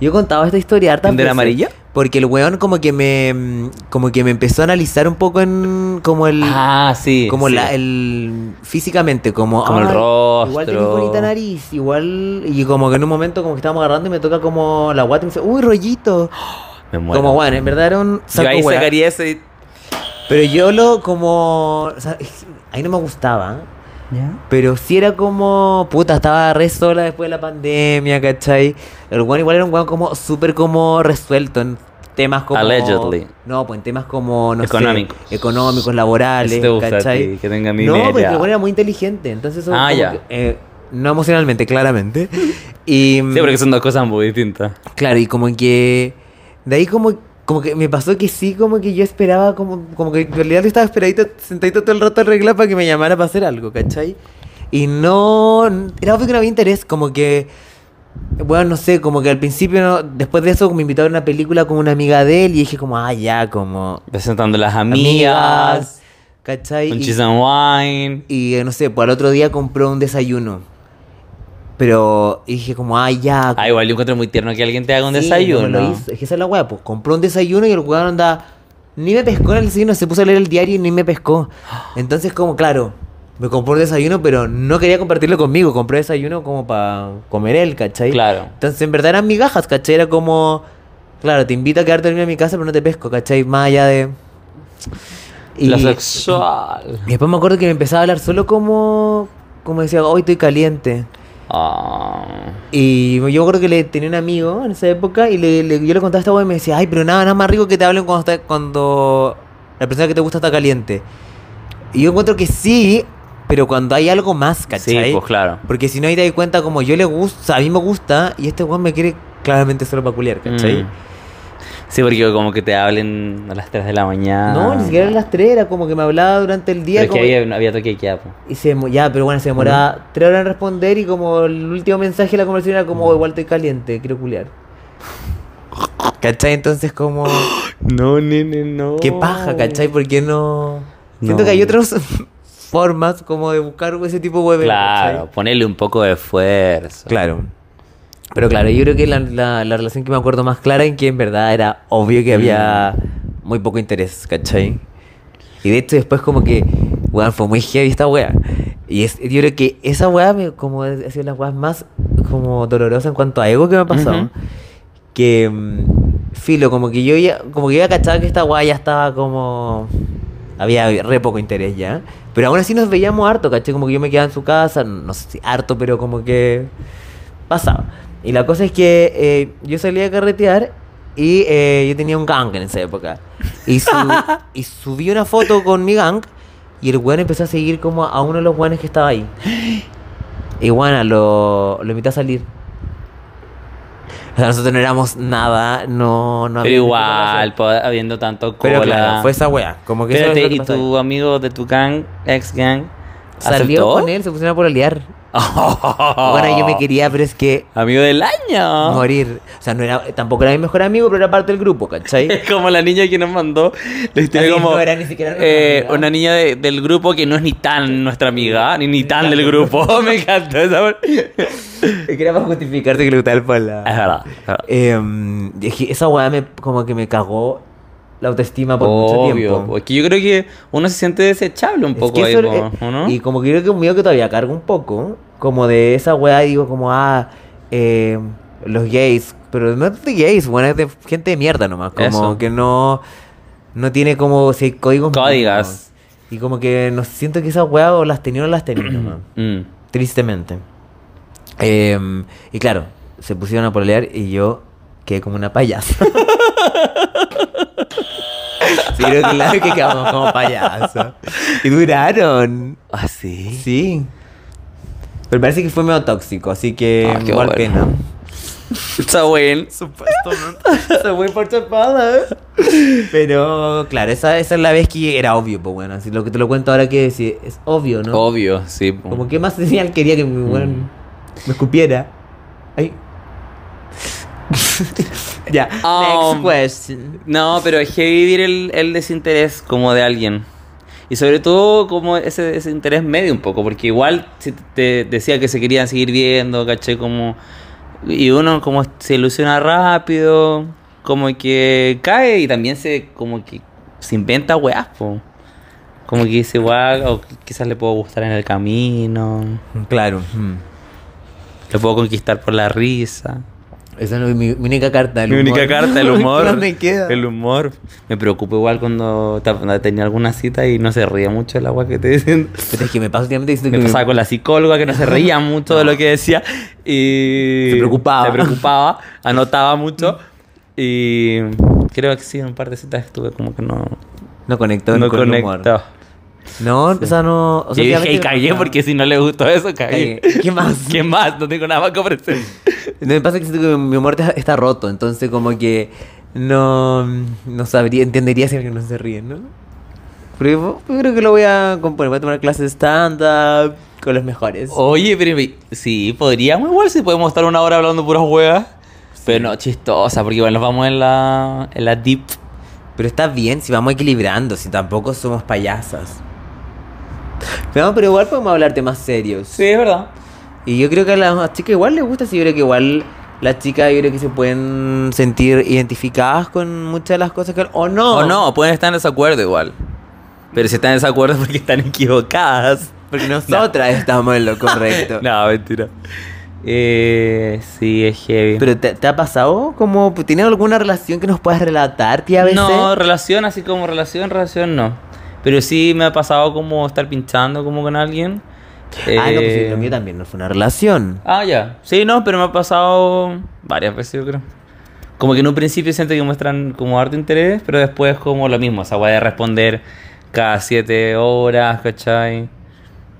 A: Yo he contado esta historia harta
B: ¿Tinder amarillo?
A: Porque el weón como que me mm, como que me empezó a analizar un poco en como el
B: Ah, sí.
A: como
B: sí.
A: la, el físicamente como
B: Como el
A: "Ay, igual tenés
B: rostro".
A: bonita nariz igual y como que en un momento como que estábamos agarrando y me toca como la guata y me dice uy rollito
B: Me muero.
A: como bueno en verdad era un saco
B: Yo ahí
A: hueá.
B: sacaría ese.
A: pero yo lo como o sea, ahí no me gustaba pero sí era como, puta, estaba re sola después de la pandemia, ¿cachai? El weón igual era un weón como súper como resuelto. en- temas como.
B: Allegedly.
A: No, pues en temas como. No sé,
B: Económicos.
A: económicos, laborales.
B: Eso te gusta a
A: ¿cachai?
B: ti, que tenga mi
A: No,
B: media.
A: porque el weón era muy inteligente. Entonces eso.
B: Ah,
A: como
B: ya.
A: que, eh, no emocionalmente, claramente. Y, mm,
B: Sí, porque son dos cosas muy distintas.
A: Claro, y como que. De ahí como. Como que me pasó que sí, como que yo esperaba, como, como que en realidad yo estaba esperadito, sentadito todo el rato arreglado para que me llamara para hacer algo, ¿cachai? Y no. Era obvio que no había interés, como que. Bueno, no sé, como que al principio, no- después de eso, me invitaron a una película con una amiga de él y dije, como, ah, ya, como.
B: Presentando las amigas,
A: ¿cachai?
B: un
A: Y-
B: cheese and wine.
A: y eh, no sé, pues al otro día compró un desayuno. Pero y dije como, ay, ya.
B: Ah, igual yo encuentro muy tierno que alguien te haga un
A: sí,
B: desayuno.
A: no me lo hizo. Es que esa es la weá, pues compró un desayuno y el weón anda. Ni me pescó en el desayuno, se puso a leer el diario y ni me pescó. Entonces, como, claro, me compró un desayuno, pero no quería compartirlo conmigo. Compró desayuno como para comer él, ¿cachai?
B: Claro.
A: Entonces, en verdad eran migajas, ¿cachai? Era como, claro, te invito a quedarte dormido en mi casa, pero no te pesco, ¿cachai? Más allá de.
B: Lo sexual.
A: Y después me acuerdo que me empezaba a hablar solo como, como decía, hoy estoy caliente.
B: Ah.
A: Y yo creo que le tenía un amigo en esa época y le, le- yo le contaba a esta wea y me decía, ay, pero nada, nada más rico que te hablen cuando, está- cuando la persona que te gusta está caliente. Y yo encuentro que sí, pero cuando hay algo más, ¿cachai?
B: Sí, pues claro.
A: Porque si no ahí te das cuenta como yo le gusta, a mí me gusta y este weón me quiere claramente solo peculiar, ¿cachai?
B: Mm. Sí, porque como que te hablen a las 3 de la mañana.
A: No, ni siquiera eran las tres, era como que me hablaba durante el día.
B: Ah. Pero es que
A: como-
B: había, había toque de queda, pues. po.
A: Y se demo- ya, pero bueno, se demoraba tres horas en responder y como el último mensaje de la conversación era como, "Oh, igual estoy caliente, quiero culiar. ¿Cachai? Entonces como,
B: No, nene, no.
A: qué paja, ¿cachai? ¿Por qué Oh. no...? Siento
B: No.
A: que hay otras formas como de buscar ese tipo de huevos,
B: Claro, ponerle un poco de esfuerzo.
A: Claro. Pero claro, yo creo que la, la, la relación que me acuerdo más clara en que en verdad era obvio que había muy poco interés, ¿cachai? Y de hecho después como que, weón, fue muy heavy esta wea. Y es, yo creo que esa wea me, como ha sido las weas más como dolorosa en cuanto a ego que me ha pasado.
B: Ujú.
A: Que mm, filo, como que yo ya, como que yo ya cachaba que esta wea ya estaba como había re poco interés ya. Pero aún así nos veíamos harto, ¿cachai? Como que yo me quedaba en su casa, no sé si harto, pero como que pasaba. Y la cosa es que eh, yo salía a carretear y eh, yo tenía un gang en esa época. Y, su- y subí una foto con mi gang y el weón empezó a seguir como a uno de los weones que estaba ahí. Y bueno, lo, lo invité a salir. O sea, nosotros no éramos nada, no, no
B: Pero
A: había ninguna
B: igual,
A: relación.
B: po, habiendo tanto cola.
A: Pero claro, fue esa wea. Como que eso es
B: Espérate,
A: lo que
B: ¿y
A: pasó ahí.
B: tu amigo de tu gang, ex gang,
A: Salió
B: aceptó? Oh.
A: con él, se pusieron a pololear. Bueno, yo me quería, pero es que
B: Amigo del año.
A: morir. O sea, no era, tampoco era mi mejor amigo, pero era parte del grupo, ¿cachai?
B: Es como la niña que nos mandó la historia
A: Así
B: como
A: no era ni siquiera nuestra
B: eh,
A: amiga.
B: una niña de- del grupo que no es ni tan nuestra amiga ni ni tan del grupo me encanta esa es
A: Es que era para justificarse que le gustaba el pola.
B: verdad, es verdad.
A: Em, dije, esa weá me, como que me cagó la autoestima por mucho
B: obvio
A: tiempo.
B: po. es que yo creo que uno se siente desechable un
A: Es
B: poco
A: que
B: ahí,
A: eso-
B: po,
A: eh,
B: ¿o no?
A: Y como que creo que es un miedo que todavía cargo un poco, como de esa weá, digo como, ah, eh, los gays, pero no es de gays, bueno, es de gente de mierda nomás, como
B: Eso.
A: que no, no tiene como, si hay códigos.
B: Códigas.
A: mínimos. Y como que no siento que esas weas o las tenía o no las tenía nomás,
B: Mm.
A: tristemente. Em, y claro, se pusieron a polear y yo quedé como una payasa. Sí, creo que claro que quedamos como payasos. Y duraron.
B: ah sí
A: Sí. Pero parece que fue medio tóxico, así que
B: Ah, qué
A: igual
B: bueno.
A: pena.
B: está bueno
A: Supuestamente. Se fue por chapada. ¿eh? Pero claro, esa, esa es la vez que era obvio, pues bueno. Así lo que te lo cuento ahora que sí, es obvio, ¿no?
B: obvio sí po.
A: Como que más señal quería que mi weón me escupiera. Ay. ya.
B: Um,
A: Next question.
B: No, pero es que vivir el, el desinterés como de alguien. Y sobre todo como ese desinterés medio un poco, porque igual si te decía que se querían seguir viendo, caché como... Y uno como se ilusiona rápido, como que cae y también se como que se inventa weas, po. Como que dice, wow, o quizás le puedo gustar en el camino,
A: Claro. mm.
B: lo puedo conquistar por la risa.
A: Esa es mi, mi única carta. del
B: Mi única
A: humor.
B: carta, el humor.
A: ¿Dónde queda?
B: El humor. Me preocupa igual cuando ta- cuando tenía alguna cita y no se reía mucho el agua que te dicen.
A: Pero es que me paso últimamente diciendo
B: Me
A: que
B: pasaba con la psicóloga que no se reía mucho de lo que decía y...
A: Se preocupaba.
B: Se preocupaba, anotaba mucho. Y creo que sí, un par de citas estuve como que no,
A: No conectó
B: no
A: con el humor.
B: conectó.
A: No, o sea, no. O sea,
B: yo dije,
A: obviamente
B: y
A: no
B: cagué
A: pasa-
B: porque si no le gustó eso, cagué.
A: Cagué. ¿Qué más?
B: ¿Qué más? No tengo nada más que ofrecer.
A: No, Me pasa que siento que mi humor está- está roto, entonces como que no, no sabría, entendería si alguien no se ríe, ¿no? Pero yo, yo creo que lo voy a componer, voy a tomar clases de stand-up con los mejores.
B: Oye, pero sí, podríamos igual si podemos estar una hora hablando puras huevas. Pero no, chistosa, porque igual nos vamos en la, en la deep.
A: Pero está bien si vamos equilibrando, si tampoco somos payasas. No, pero igual podemos hablar temas serios.
B: Sí, es verdad.
A: Y yo creo que a las chicas igual les gusta, sí, yo creo que igual las chicas yo creo que se pueden sentir identificadas con muchas de las cosas que... O no.
B: O no, pueden estar en desacuerdo igual. Pero si están en desacuerdo es porque están equivocadas.
A: Porque nosotras estamos en lo correcto.
B: No, mentira. Eh, sí, es heavy.
A: ¿Pero te, te ha pasado? como ¿Tienes alguna relación que nos puedas relatar, tía? Ah, A veces?
B: No, relación, así como relación, relación no. Pero sí me ha pasado como estar pinchando como con alguien.
A: Ah, no, pues sí,
B: Eh,
A: lo mío también no fue una relación.
B: Ah, ya. Sí, no, pero me ha pasado varias veces, yo creo. Como que en un principio siento que muestran como harto interés, pero después como lo mismo, esa weá de responder cada siete horas, ¿cachai?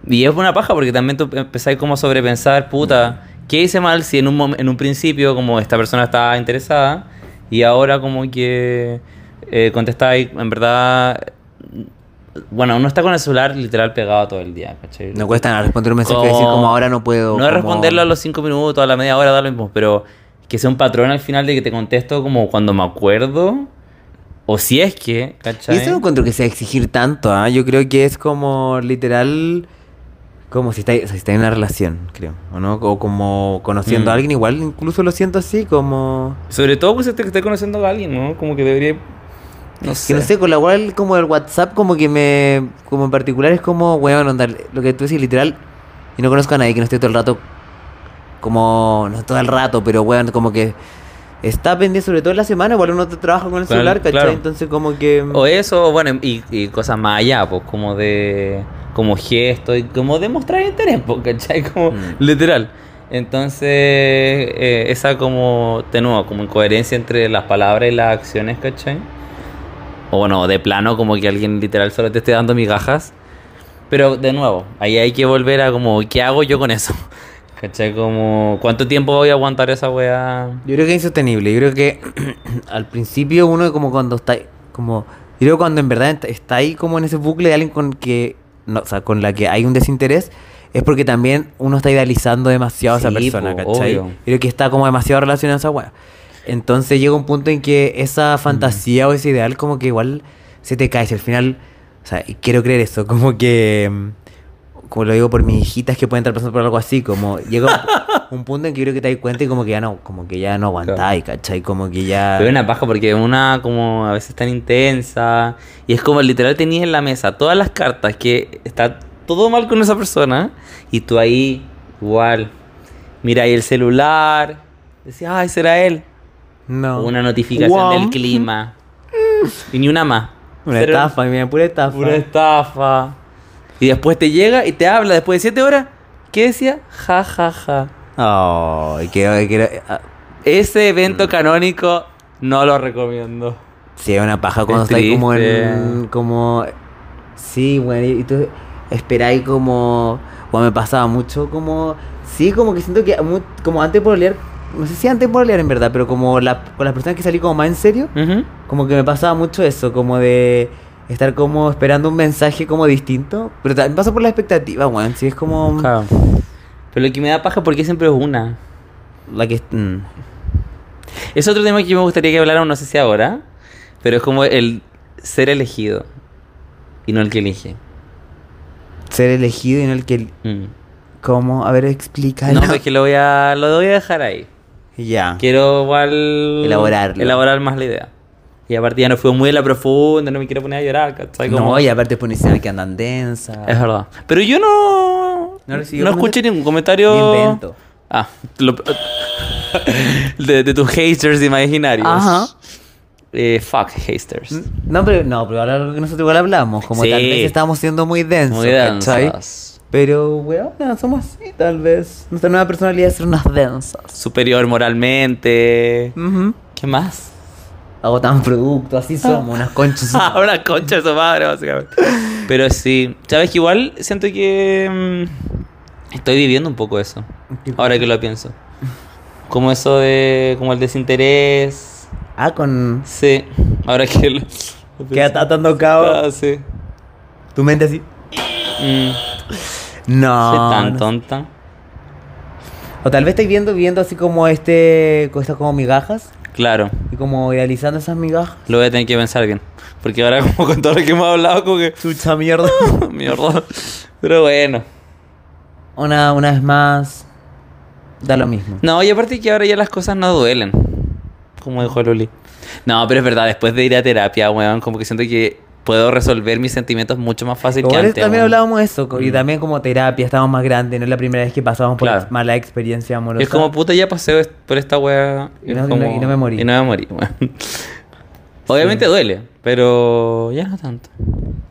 B: Y es una paja porque también tú empezás como a sobrepensar, puta, ¿qué hice mal si en un, mom- en un principio como esta persona estaba interesada y ahora como que eh, contestáis, en verdad, bueno, uno está con el celular literal pegado todo el día, ¿cachai?
A: No cuesta nada responder un mensaje y decir como ahora no puedo.
B: No es
A: como-
B: responderlo a los cinco minutos, a la media hora, da lo mismo, pero que sea un patrón al final de que te contesto como cuando me acuerdo. O si es que,
A: Y
B: ¿cachai?
A: eso no encuentro que sea exigir tanto, ¿ah? Yo creo que es como literal... Como si estáis o sea, si estáis en una relación, creo. ¿O no? O como conociendo
B: Mm.
A: a alguien, igual incluso lo siento así, como...
B: Sobre todo pues te esté conociendo a alguien, ¿no? Como que debería. No sé.
A: Que no sé, con la cual como el WhatsApp como que me... Como en particular es como, weón, onda, lo que tú decís literal. Y no conozco a nadie que no esté todo el rato... Como... No todo el rato, pero weón, como que... Está pendiente sobre todo en la semana, igual uno trabaja con el
B: Claro,
A: celular, ¿cachai?
B: claro.
A: Entonces como que...
B: O eso, bueno, y, y cosas más allá, pues como de. Como gesto y como demostrar interés, pues, ¿cachai? Como
A: Mm.
B: literal. Entonces, eh, esa como, de nuevo, como incoherencia entre las palabras y las acciones, ¿cachai? O bueno, de plano, como que alguien literal solo te esté dando migajas. Pero de nuevo, ahí hay que volver a como, ¿qué hago yo con eso? ¿Cachai? Como, ¿cuánto tiempo voy a aguantar esa weá?
A: Yo creo que es insostenible. Yo creo que al principio uno como cuando está como yo creo que cuando en verdad está- está ahí como en ese bucle de alguien con que no, o sea, con la que hay un desinterés es porque también uno está idealizando demasiado a esa
B: Sí,
A: persona,
B: po,
A: ¿cachai?
B: obvio.
A: Yo creo que está como demasiado relacionada a esa weá. Entonces llega un punto en que esa
B: Mm.
A: fantasía o ese ideal como que igual se te cae. Si al final, o sea, y quiero creer eso, como que mm, como lo digo por mis hijitas que pueden estar pasando por algo así, como llega un, un punto en que yo creo que te das cuenta y como que ya no, como que ya no aguantáis, ¿cachai? Como que ya.
B: Pero es una paja porque una como a veces tan intensa y es como literal tenías en la mesa todas las cartas que está todo mal con esa persona y tú ahí igual mira ahí el celular decías ay será él
A: No.
B: O una notificación
A: Guam.
B: del clima y ni una más
A: Una
B: Cero-
A: estafa, mira, pura estafa.
B: pura estafa y después te llega y te habla después de siete horas ¿qué decía? ja ja ja
A: Ay, que, que- ah,
B: ese evento
A: Mm.
B: canónico no lo recomiendo
A: Sí, es una paja cuando
B: Es
A: estáis como en.
B: triste.
A: como. Sí, bueno, y tú esperáis como. Bueno, me pasaba mucho como. Sí, como que siento que mu- como antes por leer. No sé si antes por leer en verdad, pero como la- con las personas que salí como más en serio,
B: Ujú.
A: como que me pasaba mucho eso, como de estar como esperando un mensaje como distinto. Pero también pasa por la expectativa, weón. Sí, es como.
B: Claro. Pero lo que me da paja porque siempre es una.
A: La que. mm.
B: Es otro tema que yo me gustaría que habláramos, no sé si ahora, pero es como el ser elegido y no el que elige.
A: ser elegido y no el que.
B: Mm.
A: ¿Cómo? A ver, explica.
B: No, es que lo voy a lo voy a dejar ahí.
A: Ya.
B: Quiero igual
A: Ah. Elaborarlo.
B: elaborar más la idea. Y aparte ya no fue muy a la profunda, no me quiero poner a llorar, ¿cachai? Como-
A: No, y aparte pones escenas que andan densa.
B: Es verdad. Pero yo no
A: No
B: no,
A: recibió
B: escuché
A: comentario.
B: ningún comentario
A: Ni invento.
B: Ah, lo- de, de tus haters imaginarios.
A: Ajá.
B: Eh, fuck haters.
A: Mm, No, pero, no, pero ahora lo que nosotros igual hablamos, como
B: Sí.
A: tal vez estábamos siendo muy densos,
B: Muy
A: ¿cachai?
B: densas.
A: Pero, weón, no, somos así tal vez. Nuestra nueva personalidad es ser unas densas.
B: Superior moralmente.
A: Ujú.
B: ¿Qué más?
A: agotan productos, así somos, unas conchas.
B: Ah, una concha de su madre, básicamente. Pero sí, sabes que igual siento que mm, estoy viviendo un poco eso.
A: ¿Qué cosa?
B: Ahora que lo pienso. Como eso de. como el desinterés.
A: Ah, con.
B: Sí, ahora que lo. lo
A: Queda
B: pienso.
A: atando cabo.
B: Ah, sí.
A: Tu mente así.
B: Mm,
A: No.
B: soy tan
A: no
B: tonta.
A: O tal vez estáis viendo, viendo así como este, con estas como migajas
B: Claro,
A: y como idealizando esas migajas.
B: lo voy a tener que pensar bien. Porque ahora, como con todo lo que hemos hablado, como que.
A: Chucha mierda.
B: Mierda. Pero bueno.
A: una, una vez más, da lo mismo.
B: No, y aparte que ahora ya las cosas no duelen. Como dijo Luli. No, pero es verdad, después de ir a terapia, weón, como que siento que puedo resolver mis sentimientos mucho más fácil que
A: Igual
B: antes.
A: también
B: weón.
A: hablábamos de eso, co- y también como terapia, estamos más grandes, no es la primera vez que pasamos por
B: Claro.
A: mala experiencia amorosa.
B: Es como puta, ya pasé est- por esta weá.
A: Y
B: es
A: no- y no-
B: como-
A: y no me morí.
B: Y no me morí, weón. Obviamente duele, pero ya no tanto.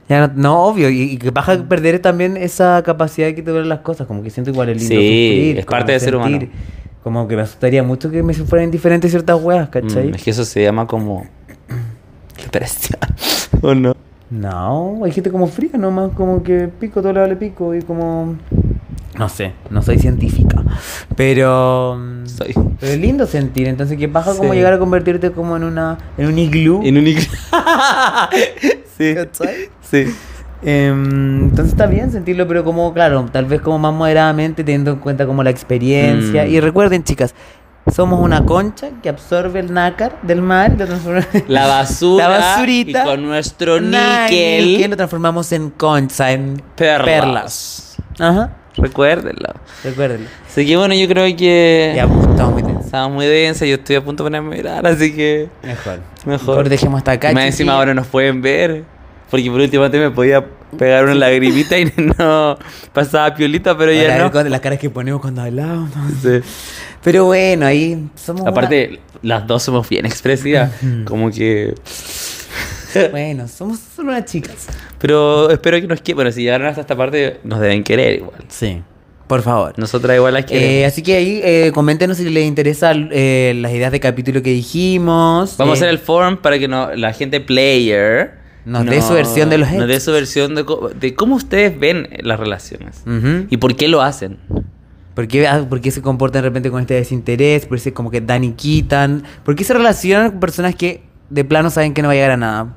A: Ya no, no, obvio, y, y que vas a perder también esa capacidad que te duelen las cosas, como que siento igual el lindo
B: Sí,
A: sufrir,
B: es
A: como
B: parte de ser humano.
A: sentir, Como que me asustaría mucho que me fueran indiferentes ciertas weas, ¿cachai?
B: Mm, es que eso se llama como. Depresión. ¿O no?
A: Mm. No, hay gente como fría nomás, como que pico, todo le vale pico y como... No sé, no soy científica, pero...
B: Soy.
A: Pero es lindo sentir, entonces que baja como
B: Sí.
A: llegar a convertirte como en una en un iglú.
B: En un ig- Sí.
A: ¿Cachai?
B: Sí.
A: Em, entonces está bien sentirlo, pero como, claro, tal vez como más moderadamente, teniendo en cuenta como la experiencia.
B: Mm.
A: Y recuerden, chicas, somos una concha que absorbe el nácar del mar y lo transforma
B: La basura.
A: La basurita.
B: Y con nuestro
A: Nah,
B: níquel.
A: lo transformamos en concha, en
B: Perlas.
A: perlas. Ajá,
B: Recuérdenlo.
A: recuérdenlo.
B: Así que bueno, yo creo que.
A: Ya, pues, estamos muy tensos.
B: Estaba muy densa, yo estoy a punto de ponerme a mirar, así que.
A: Mejor.
B: Mejor.
A: Mejor dejemos hasta acá.
B: Más
A: chiquillos.
B: encima ahora nos pueden ver. Porque por último antes me podía pegar una lagrimita y no pasaba piolita, pero
A: Ahora,
B: ya
A: a ver
B: no.
A: cuándo- las caras que ponemos cuando hablamos.
B: Sí.
A: Pero bueno, ahí somos una-
B: Aparte, las dos somos bien expresivas. Como que.
A: Bueno, somos solo unas chicas.
B: Pero espero que nos quieran. Bueno, si llegaron hasta esta parte, nos deben querer igual.
A: Sí. Por favor.
B: Nosotras igual las
A: Eh,
B: queremos.
A: así que ahí eh, coméntenos si les interesan las ideas de capítulo que dijimos.
B: Vamos a
A: Eh,
B: hacer el form para que no- la gente player
A: Nos dé su versión de los
B: Nos dé
A: hechos.
B: su versión de, co- de cómo ustedes ven las relaciones.
A: Ujú.
B: ¿Y por qué lo hacen?
A: ¿Por qué, ah, por qué se comportan de repente con este desinterés? ¿Por qué como que dan y quitan? ¿Por qué se relacionan con personas que de plano saben que no va a llegar a nada?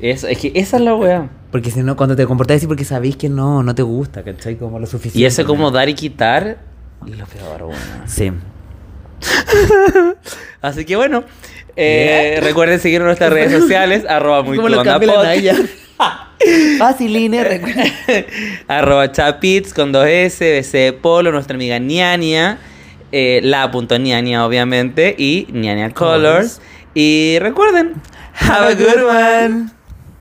B: Es, es que esa es la weá.
A: Porque si no, cuando te comportas así porque sabéis que no, no te gusta, ¿cachai? Como lo suficiente.
B: Y eso como dar y quitar, lo peor, weón.
A: Sí.
B: Así que bueno, eh, recuerden seguir en nuestras redes sociales, arroba muy
A: ¿Cómo
B: tu
A: lo
B: onda
A: cambié la
B: pod,
A: Naya? Facilines, Ah, recuerda.
B: arroba chapits con dos S, BC de Polo, nuestra amiga ñaña, eh, la punto ñaña obviamente, y ñaña colors. Y recuerden, have a good one.